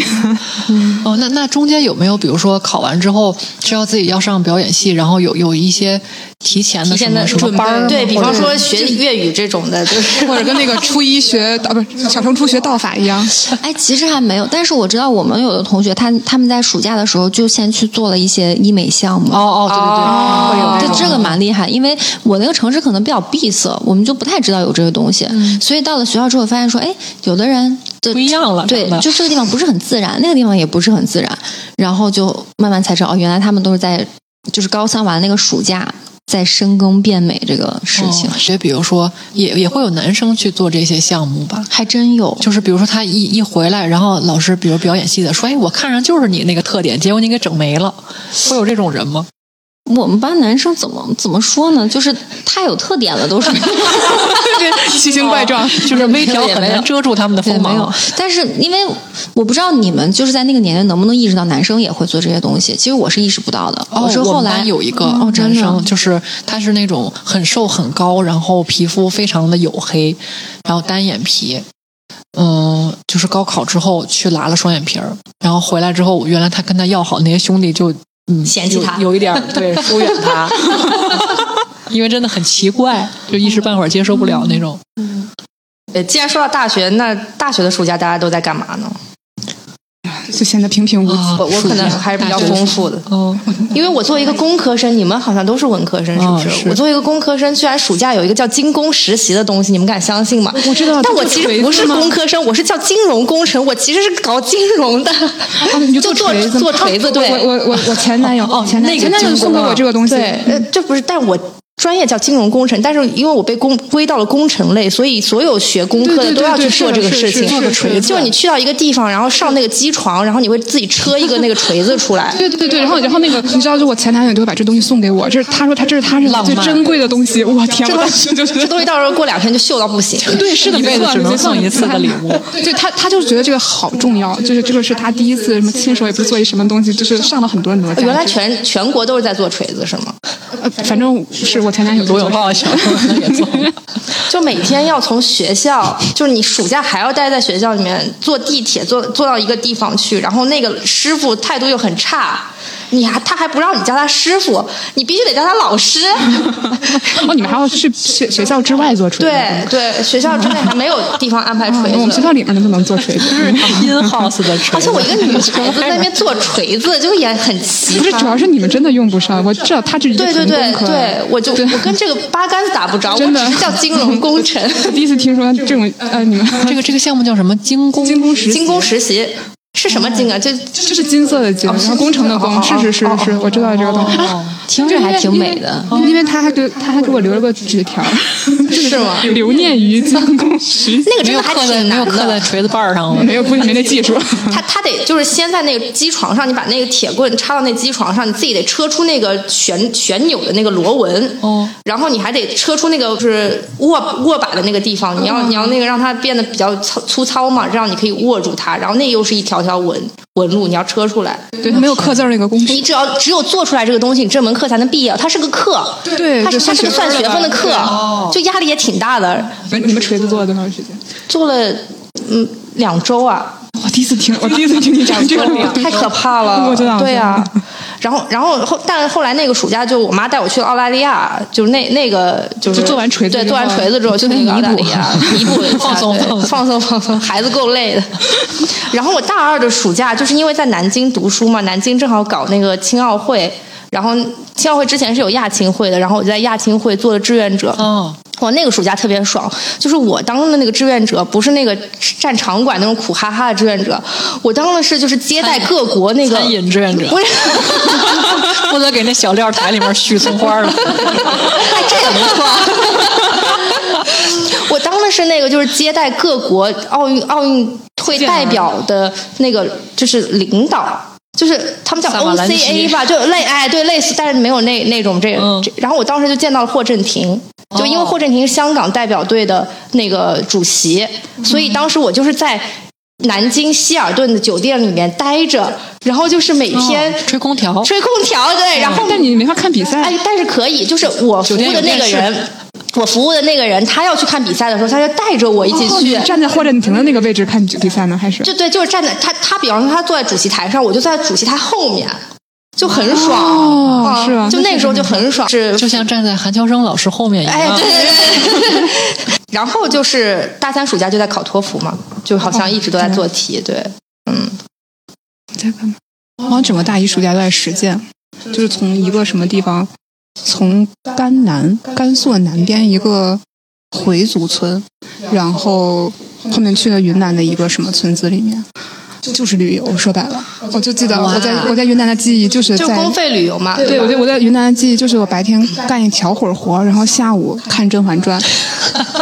[SPEAKER 4] 哦，那那中间有没有，比如说考完之后知道自己要上表演系，然后有有一些提前的
[SPEAKER 1] 提
[SPEAKER 4] 什
[SPEAKER 1] 前的
[SPEAKER 4] 么什么班儿吗？啊
[SPEAKER 1] 对比
[SPEAKER 4] 或
[SPEAKER 1] 方
[SPEAKER 4] 者
[SPEAKER 1] 说学粤语这种的，就是
[SPEAKER 2] 或者跟那个初一学呃道不是小升初学道法一样，
[SPEAKER 3] 哎，其实还没有，但是我知道我们有的同学他他们在暑假的时候就先去做了一些医美项目。
[SPEAKER 4] 哦哦，对对对，会有
[SPEAKER 3] 对
[SPEAKER 4] 种
[SPEAKER 3] 哦这个蛮厉害，因为我那个城市可能比较闭塞，我们就不太知道有这个东西，所以到了学校之后发现说，哎，有的人的
[SPEAKER 4] 嗯不一样了
[SPEAKER 3] 对
[SPEAKER 4] 长，得
[SPEAKER 3] 就这个地方不是很自然，那个地方也不是很自然，然后就慢慢才知道，哦，原来他们都是在就是高三完那个暑假在深耕变美这个事情，
[SPEAKER 4] 哦也比如说，也也会有男生去做这些项目吧。
[SPEAKER 3] 还真有。
[SPEAKER 4] 就是比如说他一一回来，然后老师比如表演系的说：“哎，我看上就是你那个特点，结果你给整没了。”会有这种人吗？
[SPEAKER 3] 我们班男生怎么怎么说呢？就是太有特点了，都是
[SPEAKER 4] 这
[SPEAKER 2] 奇形怪
[SPEAKER 3] 哦
[SPEAKER 2] 状，
[SPEAKER 4] 就是微调很难遮住他们的锋
[SPEAKER 3] 对，没有
[SPEAKER 4] 芒。。
[SPEAKER 3] 但是因为我不知道你们就是在那个年龄能不能意识到男生也会做这些东西，其实我是意识不到的。
[SPEAKER 4] 哦，
[SPEAKER 3] 是
[SPEAKER 4] 我
[SPEAKER 3] 后
[SPEAKER 4] 们
[SPEAKER 3] 来
[SPEAKER 4] 班有一个
[SPEAKER 3] 哦，真
[SPEAKER 4] 男
[SPEAKER 3] 的
[SPEAKER 4] 生，就是他是那种很瘦很高，然后皮肤非常的黝黑，然后单眼皮。嗯，就是高考之后去拉了双眼皮儿，然后回来之后，原来他跟他要好那些兄弟就嗯
[SPEAKER 1] 嫌弃
[SPEAKER 4] 有
[SPEAKER 1] 他
[SPEAKER 4] 有一点 儿对疏远他， 因为真的很奇怪，就一时半会儿接受不了那种。
[SPEAKER 1] 呃，既然说到大学，那大学的暑假大家都在干嘛呢？
[SPEAKER 2] 就显得平平无奇。
[SPEAKER 4] 啊
[SPEAKER 1] 我我可能还是比较丰富的，
[SPEAKER 4] 哦，
[SPEAKER 1] 因为我作为一个工科生，你们好像都是文科生，是不是？
[SPEAKER 4] 哦是
[SPEAKER 1] 我作为一个工科生，居然暑假有一个叫精工实习的东西，你们敢相信吗？
[SPEAKER 2] 我知道
[SPEAKER 1] 但
[SPEAKER 2] 这
[SPEAKER 1] 我
[SPEAKER 2] 就是
[SPEAKER 1] 其实
[SPEAKER 2] 锤
[SPEAKER 1] 不
[SPEAKER 2] 子
[SPEAKER 1] 是
[SPEAKER 2] 吗
[SPEAKER 1] 工科生，我是叫金融工程，我其实是搞金融的，
[SPEAKER 2] 哦你就
[SPEAKER 1] 就做
[SPEAKER 2] 做锤子吗哦
[SPEAKER 1] 做锤子，对，哦
[SPEAKER 2] 我我我我前男友，前男
[SPEAKER 1] 那个
[SPEAKER 2] 前男友
[SPEAKER 1] 经
[SPEAKER 2] 送给我这个东西，
[SPEAKER 1] 对，呃，这不是，但我专业叫金融工程，但是因为我被工归到了工程类，所以所有学工科
[SPEAKER 2] 对
[SPEAKER 1] 的
[SPEAKER 2] 对
[SPEAKER 1] 都要
[SPEAKER 2] 对
[SPEAKER 1] 去
[SPEAKER 2] 是
[SPEAKER 1] 做
[SPEAKER 2] 的
[SPEAKER 1] 这个
[SPEAKER 2] 是
[SPEAKER 1] 事
[SPEAKER 2] 是
[SPEAKER 1] 情。
[SPEAKER 2] 是做个锤子
[SPEAKER 1] 就是你去到一个地方，然后上那个机床，然后你会自己车一个那个锤子出来。
[SPEAKER 2] 对对对对，然后然后那个你知道，就我前男友就会把这东西送给我，这是他说他这是他认为最珍贵的东西，我天，我当时就觉
[SPEAKER 1] 这
[SPEAKER 2] 得。
[SPEAKER 1] 东西到时候过两天就锈到不 行。
[SPEAKER 2] 对，是的，
[SPEAKER 4] 一
[SPEAKER 2] 没
[SPEAKER 4] 辈子
[SPEAKER 2] 错，
[SPEAKER 4] 只能
[SPEAKER 2] 没错
[SPEAKER 4] 送一次的礼物。
[SPEAKER 2] 对他，他就觉得这个好重要，就是这个是他第一次什么亲手也不是做一什么东西，就是上了很多哪吒。
[SPEAKER 1] 哦原来全全国都是在做锤子是吗？
[SPEAKER 2] 呃反正是我前男友
[SPEAKER 4] 罗永浩 小时候也做，
[SPEAKER 1] 就每天要从学校，就是你暑假还要待在学校里面坐地铁，坐坐到一个地方去，然后那个师傅态度又很差，你还他还不让你叫他师傅，你必须得叫他老 师。
[SPEAKER 2] 哦，你们还要去学学校之外做锤子？
[SPEAKER 1] 对对，学校之内还没有地方安排锤
[SPEAKER 2] 我们学
[SPEAKER 1] 子。
[SPEAKER 2] 校里面能不能做锤子？
[SPEAKER 4] in house 的锤
[SPEAKER 1] 而且
[SPEAKER 4] 子
[SPEAKER 1] 我一个女孩子在那边做锤子，就也很奇
[SPEAKER 2] 不是，主
[SPEAKER 1] 葩。
[SPEAKER 2] 要是你们真的用不上。我知道他这是一个
[SPEAKER 1] 对对
[SPEAKER 2] 纯
[SPEAKER 1] 对
[SPEAKER 2] 工科
[SPEAKER 1] 对，我就我跟这个八竿子打不着，我
[SPEAKER 2] 真
[SPEAKER 1] 只
[SPEAKER 2] 的
[SPEAKER 1] 是叫金融工程、
[SPEAKER 2] 我第一次听说这种呃，你们
[SPEAKER 4] 这个这个项目叫什么？精工
[SPEAKER 2] 精工实
[SPEAKER 1] 金工实习是什么金啊？就
[SPEAKER 2] 这是金色的金，然后工程的工，是是是是，我知道这个东西。
[SPEAKER 3] 听着还挺美的。
[SPEAKER 2] 因为他还给他还给我留了个纸条，
[SPEAKER 1] 是吗？
[SPEAKER 2] 留念于金工实习。
[SPEAKER 1] 那个
[SPEAKER 4] 没
[SPEAKER 1] 真
[SPEAKER 4] 有
[SPEAKER 1] 的还
[SPEAKER 4] 刻在
[SPEAKER 1] 挺
[SPEAKER 4] 没有
[SPEAKER 1] 难
[SPEAKER 4] 刻在
[SPEAKER 1] 的。
[SPEAKER 4] 锤子把儿上了。
[SPEAKER 2] 没有不没那技术，
[SPEAKER 1] 他他得就是先在那个机床上，你把那个铁棍插到那机床上，你自己得车出那个旋旋钮的那个螺纹，
[SPEAKER 4] 哦，
[SPEAKER 1] 然后你还得车出那个就是握握把的那个地方，你要、你要那个让它变得比较粗粗糙嘛，这样你可以握住它，然后那又是一条条纹纹路，你要车出来。
[SPEAKER 2] 对他没有刻字儿那个工
[SPEAKER 1] 你
[SPEAKER 2] 序。
[SPEAKER 1] 只要只有做出来这个东西，你这门课才能毕业，它是个课，
[SPEAKER 2] 对
[SPEAKER 1] 它是
[SPEAKER 2] 就
[SPEAKER 1] 它
[SPEAKER 2] 算
[SPEAKER 1] 是个
[SPEAKER 2] 学
[SPEAKER 1] 算
[SPEAKER 2] 分儿
[SPEAKER 1] 学
[SPEAKER 2] 的
[SPEAKER 1] 分的
[SPEAKER 2] 吧
[SPEAKER 1] 课
[SPEAKER 2] 对，
[SPEAKER 1] 就压力也挺大的，
[SPEAKER 2] 你们你们锤子做了多长时间？
[SPEAKER 1] 做了嗯两周啊。
[SPEAKER 2] 我第一次听，我第一次听你讲这个，
[SPEAKER 1] 太可怕了，
[SPEAKER 2] 我知道，
[SPEAKER 1] 对啊，然后，然后后，但后来那个暑假，就我妈带我去了澳大利亚，就是那那个就是
[SPEAKER 2] 就做完锤子
[SPEAKER 1] 对，
[SPEAKER 2] 之后
[SPEAKER 1] 做完锤子之后去那个澳大利亚 弥补一 下，
[SPEAKER 4] 放松
[SPEAKER 1] 对
[SPEAKER 4] 放松
[SPEAKER 1] 放松放松，孩子够累的。然后我大二的暑假，就是因为在南京读书嘛，南京正好搞那个青奥会，然后青奥会之前是有亚青会的，然后我就在亚青会做了志愿者，
[SPEAKER 4] 哦，
[SPEAKER 1] 我那个暑假特别爽，就是我当的那个志愿者，不是那个站场馆那种苦哈哈的志愿者，我当的是就是接待各国那个
[SPEAKER 4] 餐饮志愿者
[SPEAKER 1] 不是，
[SPEAKER 4] 负责给那小料台里面续葱花 了。
[SPEAKER 1] 哎，这也不错。啊 我当的是那个就是接待各国奥运奥运会代表的那个就是领导。就是他们叫
[SPEAKER 4] 萨瓦兰奇
[SPEAKER 1] OCA 吧，就类哎对类似，但是没有那那种这个、
[SPEAKER 4] 嗯
[SPEAKER 1] 这。然后我当时就见到了霍震霆，就因为
[SPEAKER 4] 哦
[SPEAKER 1] 霍震霆是香港代表队的那个主席，
[SPEAKER 4] 嗯
[SPEAKER 1] 所以当时我就是在南京希尔顿的酒店里面待着，然后就是每天
[SPEAKER 4] 哦吹空调，
[SPEAKER 1] 吹空调，对，然后
[SPEAKER 2] 但你没法看比赛
[SPEAKER 1] 哎，，但是可以，就是我服务的那个
[SPEAKER 4] 酒店有电
[SPEAKER 1] 人，我服务的那个人，他要去看比赛的时候，他就带着我一起
[SPEAKER 2] 哦
[SPEAKER 1] 去。
[SPEAKER 2] 你站在霍震霆的那个位置看比赛呢，还是
[SPEAKER 1] 就对，就是站在他他，比方说他坐在主席台上，我就在主席台后面，就很爽，
[SPEAKER 2] 哦
[SPEAKER 1] 啊
[SPEAKER 2] 是啊
[SPEAKER 1] 就
[SPEAKER 2] 那
[SPEAKER 1] 那个时候就很爽，是
[SPEAKER 4] 就像站在韩乔生老师后面一
[SPEAKER 1] 哎，
[SPEAKER 4] 样
[SPEAKER 1] 对。对对对。 然后就是大三暑假就在考托福嘛，就好像一直都在做题，哦对。
[SPEAKER 2] 在干嘛？我好像整个大一暑假都在实践，就是从一个什么地方，从甘南甘肃南边一个回族村，然后后面去了云南的一个什么村子里面，就是旅游。说白了，我就记得我在我在云南的记忆就是
[SPEAKER 1] 就
[SPEAKER 2] 在
[SPEAKER 1] 公费旅游嘛，
[SPEAKER 2] 对，我
[SPEAKER 1] 吧？
[SPEAKER 2] 在我在云南的记忆就是我白天干一小会儿活，然后下午看《甄嬛 传》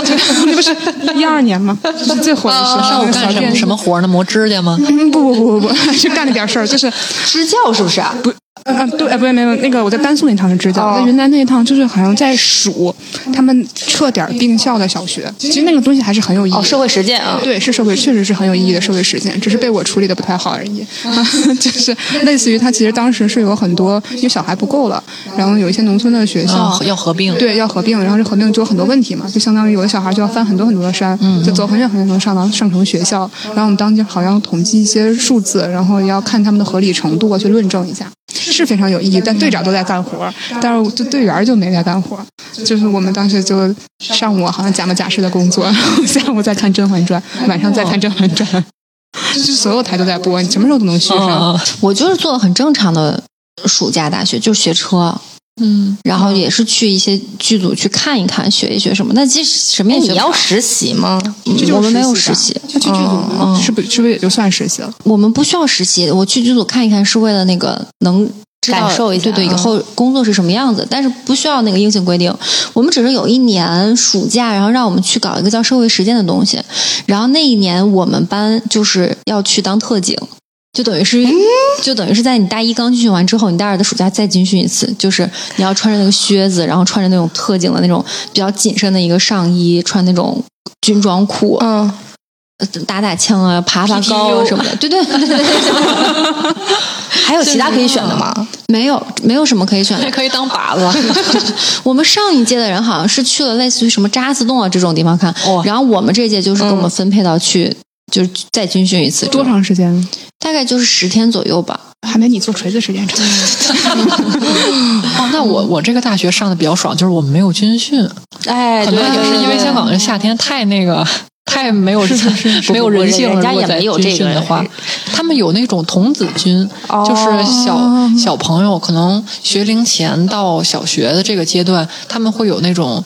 [SPEAKER 2] 就，那不是一二年 吗？就是最火的时候，
[SPEAKER 4] 上午
[SPEAKER 2] 那个
[SPEAKER 4] 干
[SPEAKER 2] 小
[SPEAKER 4] 什么
[SPEAKER 2] 店
[SPEAKER 4] 什么活呢？磨指甲吗？
[SPEAKER 2] 嗯不不不不不，是干了点事儿，就是
[SPEAKER 1] 支教是不是啊？
[SPEAKER 2] 不嗯嗯，对，哎，不是，没有那个，我在甘肃那趟是支教，
[SPEAKER 1] 哦
[SPEAKER 2] 在云南那一趟就是好像在数他们撤点并校的小学，其实那个东西还是很有意义的。
[SPEAKER 1] 哦，社会实践啊，
[SPEAKER 2] 对，是社会，确实是很有意义的社会实践，只是被我处理的不太好而已。 就是类似于他其实当时是有很多，因为小孩不够了，然后有一些农村的学校。
[SPEAKER 1] 哦
[SPEAKER 4] 啊，要合并，
[SPEAKER 2] 哦对，要合并，然后这合并就有很多问题嘛，就相当于有的小孩就要翻很多很多的山，
[SPEAKER 3] 嗯
[SPEAKER 2] 就走很远很远才能上到上城学校。然后我们当时好像统计一些数字，然后要看他们的合理程度啊，去论证一下，是非常有意义。但队长都在干活儿，但是就队员儿就没在干活儿。就是我们当时就上午好像假模假式的工作，然后下午在看《甄嬛传》，晚上再看《甄嬛传》。就是所有台都在播，你什么时候都能续上。
[SPEAKER 4] 嗯
[SPEAKER 3] 我就是做了很正常的暑假大学，就是学车，
[SPEAKER 4] 嗯，
[SPEAKER 3] 然后也是去一些剧组去看一看，学一学什么。那其实什么
[SPEAKER 1] 那
[SPEAKER 3] 也
[SPEAKER 1] 哎你
[SPEAKER 3] 学不了嗯
[SPEAKER 1] 要实习吗？
[SPEAKER 2] 这就是
[SPEAKER 3] 我们没有
[SPEAKER 2] 实
[SPEAKER 3] 实习嗯
[SPEAKER 2] 习吧，就去剧组，是不是不是也就算实习了？
[SPEAKER 3] 我们不需要实习，我去剧组看一看是为了那个能知道。
[SPEAKER 1] 感受一下
[SPEAKER 3] 对对，
[SPEAKER 1] 嗯
[SPEAKER 3] 以后工作是什么样子，但是不需要那个硬性规定。我们只是有一年暑假，然后让我们去搞一个叫社会实践的东西，然后那一年我们班就是要去当特警，就等于
[SPEAKER 1] 嗯
[SPEAKER 3] 是，就等于是在你大一刚军训完之后，你大二的暑假再军训一次，就是你要穿着那个靴子，然后穿着那种特警的那种比较紧身的一个上衣，穿那种军装裤，
[SPEAKER 2] 嗯，
[SPEAKER 3] 打打枪啊，爬爬高啊
[SPEAKER 4] PTU
[SPEAKER 3] 什么的。对对对对对，
[SPEAKER 1] 还有其他可以选的吗？
[SPEAKER 3] 没有没有什么可以选
[SPEAKER 4] 还
[SPEAKER 3] 的。
[SPEAKER 4] 可以当靶子，
[SPEAKER 3] 我们上一届的人好像是去了类似于什么渣滓洞啊这种地方看，
[SPEAKER 4] 哇
[SPEAKER 3] 然后我们这届就是给我们分配到去。就是再军训一次，
[SPEAKER 2] 多？长时间？
[SPEAKER 3] 大概就是十天左右吧。
[SPEAKER 2] 还没你做锤子时间长。
[SPEAKER 4] 哦，那我我这个大学上的比较爽，就是我们没有军训，
[SPEAKER 1] 哎，
[SPEAKER 4] 可
[SPEAKER 1] 对，
[SPEAKER 4] 能也是因为香港的夏天太那个。太没有 没有人性了，
[SPEAKER 1] 人家
[SPEAKER 4] 如果
[SPEAKER 1] 也
[SPEAKER 4] 在
[SPEAKER 1] 没有
[SPEAKER 4] 军
[SPEAKER 1] 这
[SPEAKER 4] 训
[SPEAKER 1] 个
[SPEAKER 4] 的话，他们有那种童子军，
[SPEAKER 1] 哦
[SPEAKER 4] 就是小小朋友可能学龄前到小学的这个阶段，他们会有那种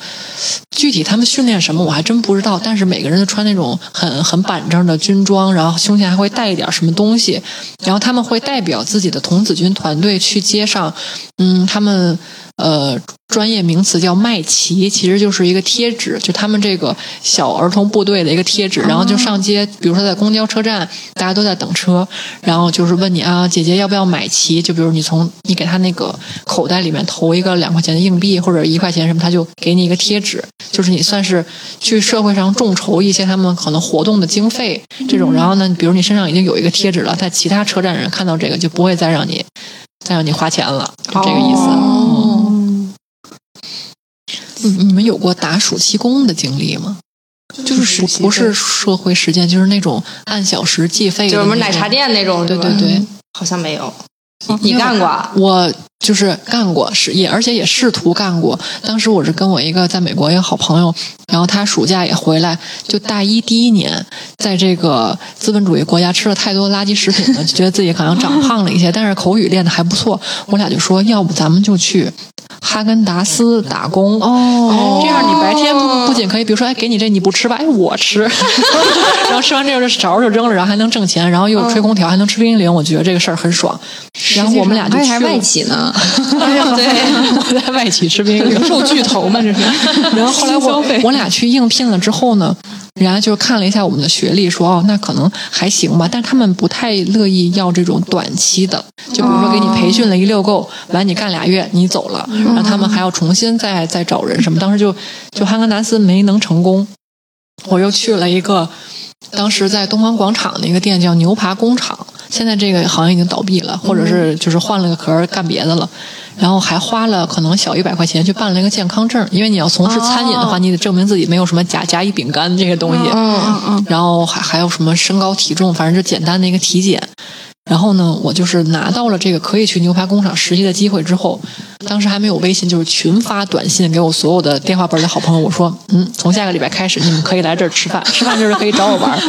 [SPEAKER 4] 具体他们训练什么我还真不知道，但是每个人都穿那种很很板正的军装，然后胸前还会带一点什么东西，然后他们会代表自己的童子军团队去街上，嗯，他们呃专业名词叫麦旗，其实就是一个贴纸，就他们这个小儿童部队的一个贴纸。然后就上街，比如说在公交车站，大家都在等车，然后就是问你啊，姐姐要不要买旗？就比如你从你给他那个口袋里面投一个两块钱的硬币或者一块钱什么，他就给你一个贴纸，就是你算是去社会上众筹一些他们可能活动的经费这
[SPEAKER 1] 嗯
[SPEAKER 4] 种。然后呢，比如你身上已经有一个贴纸了，在其他车站人看到这个就不会再让你再让你花钱了，就这个意思。
[SPEAKER 1] 哦
[SPEAKER 4] 嗯你们有过打暑期工的经历吗？就是不不是社会实践，就是那种按小时计费的
[SPEAKER 1] 就是
[SPEAKER 4] 那
[SPEAKER 1] 我们
[SPEAKER 4] 种，
[SPEAKER 1] 奶茶。店那种，
[SPEAKER 4] 对
[SPEAKER 1] 是吧
[SPEAKER 4] 对对，
[SPEAKER 1] 好像没有，你你干过啊？
[SPEAKER 4] 我就是干过，是也而且也试图干过。当时我是跟我一个在美国一个好朋友，然后他暑假也回来，就大一第一年，在这个资本主义国家吃了太多垃圾食品了，就觉得自己好像长胖了一些，但是口语练得还不错。我俩就说，要不咱们就去哈根达斯打工哦，这样你白天不不仅可以，比如说哎给你这你不吃吧，哎我吃， 然后吃完这个这勺就扔了，然后还能挣钱，然后又有吹空调，还能吃冰激凌，我觉得这个事儿很爽。然后我们俩就
[SPEAKER 3] 而且
[SPEAKER 4] 去
[SPEAKER 3] 哎还是
[SPEAKER 4] 了
[SPEAKER 3] 外企呢，
[SPEAKER 4] 对，哎我在外企吃冰激凌，受巨头嘛这是。然后后来我我俩去应聘了之后呢，人家就看了一下我们的学历，说哦，那可能还行吧，但他们不太乐意要这种短期的，就比如说给你培训了一溜够，完你干俩月你走了，然后他们还要重新再再找人什么，当时就就汉根达斯没能成功，我又去了一个。当时在东方广场的一个店叫牛扒工厂，现在这个好像已经倒闭了，或者
[SPEAKER 2] 嗯
[SPEAKER 4] 是就是换了个壳儿干别的了。然后还花了可能小一百块钱去办了一个健康证，因为你要从事餐饮的话，你得证明自己没有什么甲甲乙丙肝这个东西。
[SPEAKER 2] 哦嗯嗯，
[SPEAKER 4] 然后还还有什么身高体重，反正就简单的一个体检。然后呢，我就是拿到了这个可以去牛排工厂实习的机会之后，当时还没有微信，就是群发短信给我所有的电话本的好朋友，我说，嗯，从下个礼拜开始，你们可以来这儿吃饭，吃饭就是可以找我玩儿。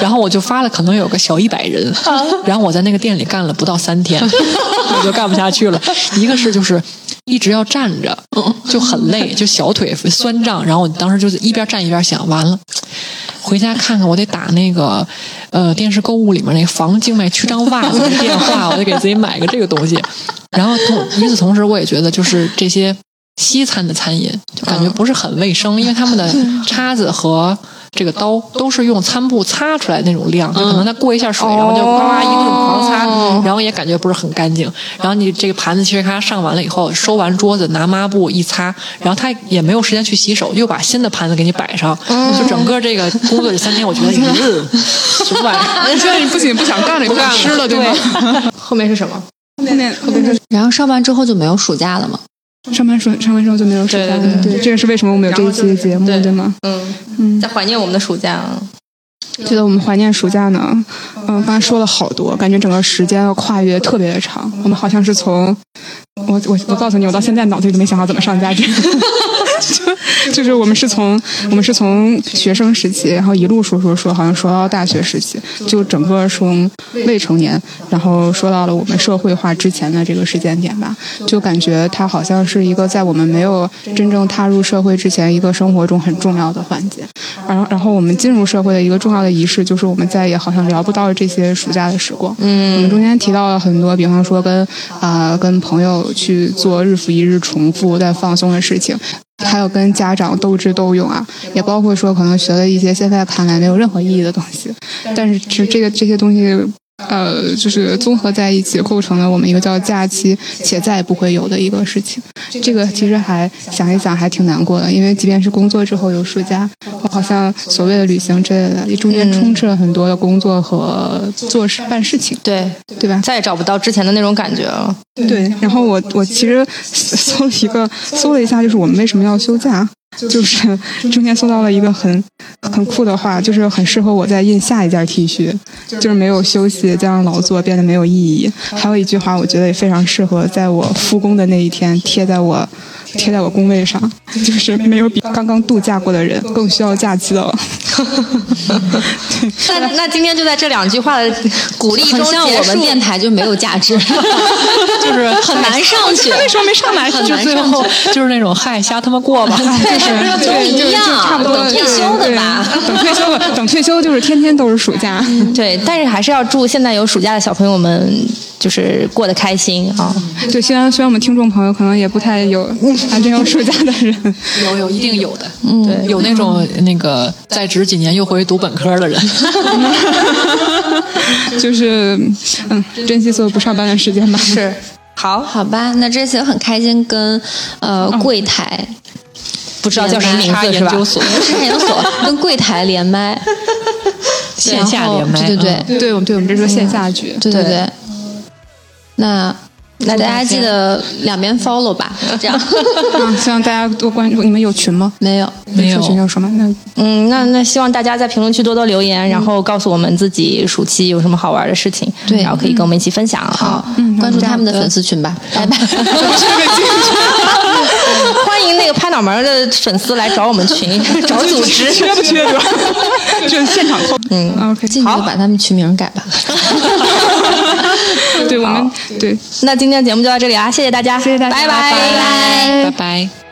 [SPEAKER 4] 然后我就发了，可能有个小一百人。然后我在那个店里干了不到三天，我就干不下去了。一个是就是一直要站着，就很累，就小腿酸胀。然后我当时就是一边站一边想，完了。回家看看，我得打那个呃电视购物里面那个防静脉曲张袜子的电话，我得给自己买个这个东西。然后同与此同时，我也觉得就是这
[SPEAKER 2] 嗯
[SPEAKER 4] 些西餐的餐饮，就感觉不是很卫生，因为他们的叉子和这个刀都是用餐布擦出来那种量，就可
[SPEAKER 2] 嗯
[SPEAKER 4] 能它过一下水，然后就呱呱一顿
[SPEAKER 2] 哦
[SPEAKER 4] 狂擦，然后也感觉不是很干净。然后你这个盘子其实咔上完了以后，收完桌子拿抹布一擦，然后他也没有时间去洗手，又把新的盘子给你摆上，
[SPEAKER 2] 哦
[SPEAKER 4] 就整个这个工作这三天，我 觉得， 嗯，什么玩意儿？
[SPEAKER 2] 这样你不仅不想干了，也不想吃了，对吗？
[SPEAKER 1] 后面是什么？
[SPEAKER 2] 后面后面
[SPEAKER 3] 然后上班之后就没有暑假了嘛。
[SPEAKER 2] 上班说上班之后就没有暑假
[SPEAKER 1] 对对
[SPEAKER 2] 了，对，这也是为什么我们有这一期的节目，
[SPEAKER 1] 然后就
[SPEAKER 2] 对吗？
[SPEAKER 1] 嗯，
[SPEAKER 2] 嗯
[SPEAKER 1] 在，怀念我们的暑假啊。
[SPEAKER 2] 觉得我们怀念暑假呢，嗯，刚才说了好多，感觉整个时间要跨越特别的长，我们好像是从我我我告诉你，我到现在脑子里都没想好怎么上价值。 就就是我们是从我们是从学生时期，然后一路说说说，好像说到大学时期，就整个从未成年，然后说到了我们社会化之前的这个时间点吧，就感觉它好像是一个在我们没有真正踏入社会之前，一个生活中很重要的环节。然后，然后我们进入社会的一个重要的仪式，就是我们再也好像聊不到这些暑假的时光。嗯，我们中间提到了很多，比方说跟啊、跟朋友去做日复一日重复但放松的事情，还有跟家长斗智斗勇啊，也包括说可能学了一些现在看来没有任何意义的东西，但是这这个这些东西。呃，就是综合在一起，构成了我们一个叫假期，且再也不会有的一个事情。这个其实还想一想，还挺难过的，因为即便是工作之后有暑假，好像所谓的旅行之类的，也中间充斥了很多的工作和做事办事情，
[SPEAKER 1] 对，
[SPEAKER 2] 对吧？
[SPEAKER 1] 再也找不到之前的那种感觉了。
[SPEAKER 2] 对，然后我我其实搜了一个，搜了一下，就是我们为什么要休假，就是中间搜到了一个很很酷的话，就是很适合我再印下一件 T 恤，就是没有休息再让劳作变得没有意义。还有一句话，我觉得也非常适合在我复工的那一天贴在我贴在我工位上，就是没有比刚刚度假过的人更需要假期的了。
[SPEAKER 1] 那那今天就在这两句话的鼓励中
[SPEAKER 3] 很像我
[SPEAKER 1] 结
[SPEAKER 3] 们
[SPEAKER 1] 束。
[SPEAKER 3] 电台就没有价 值，
[SPEAKER 4] 就是
[SPEAKER 3] 很难上去。
[SPEAKER 2] 为什么没上 来？
[SPEAKER 3] 很
[SPEAKER 4] 就
[SPEAKER 3] 难
[SPEAKER 4] 最
[SPEAKER 3] 上
[SPEAKER 4] 后就是那种嗨，瞎他妈过吧。
[SPEAKER 3] 对，都
[SPEAKER 2] 对，就
[SPEAKER 3] 一
[SPEAKER 2] 就
[SPEAKER 3] 样，
[SPEAKER 2] 差不多了
[SPEAKER 3] 等退休的吧。
[SPEAKER 2] 对等退休了，等退休就是天天都是暑假。
[SPEAKER 1] 对，但是还是要祝现在有暑假的小朋友们，就是过得开心啊！
[SPEAKER 2] 对，虽然虽然我们听众朋友可能也不太有还真有暑假的 人，
[SPEAKER 4] 有有一定有的， 嗯，有那种那个在职几年又回去读本科的 人，
[SPEAKER 2] 就是嗯，珍惜所有不上班的时间吧。是，
[SPEAKER 1] 好，嗯
[SPEAKER 3] 好吧，那这次很开心跟呃柜台
[SPEAKER 1] 不知道叫什么名
[SPEAKER 4] 差
[SPEAKER 1] 字是
[SPEAKER 4] 研
[SPEAKER 1] 吧？
[SPEAKER 4] 究所
[SPEAKER 3] 派研所跟柜台连麦，
[SPEAKER 4] 线下
[SPEAKER 3] 然后
[SPEAKER 4] 连麦，
[SPEAKER 3] 对对对
[SPEAKER 4] 嗯
[SPEAKER 2] 对，我们对我们这是个线下局。
[SPEAKER 3] 对对对。那那大家记得两边 follow 吧，这样
[SPEAKER 2] 嗯，希望大家多关注。你们有群吗？
[SPEAKER 3] 没有。
[SPEAKER 4] 没有
[SPEAKER 2] 社群有什么？那
[SPEAKER 1] 嗯，那那希望大家在评论区多多留言，然后告诉我们自己暑期有什么好玩的事情，
[SPEAKER 3] 对
[SPEAKER 1] 然后可以跟我们一起分享啊。
[SPEAKER 2] 嗯
[SPEAKER 3] 关注他们的
[SPEAKER 2] 我
[SPEAKER 3] 粉丝群吧，拜 拜。
[SPEAKER 1] 欢迎那个拍脑门儿的粉丝来找我们群， 找组 织。
[SPEAKER 2] 缺不缺对吧？就是现场扣。嗯，OK，
[SPEAKER 3] 进去就把他们群名 改吧。
[SPEAKER 2] 对我们对。
[SPEAKER 1] 那今天节目就到这里啊，谢谢大家，谢谢大家，拜拜
[SPEAKER 4] 拜拜。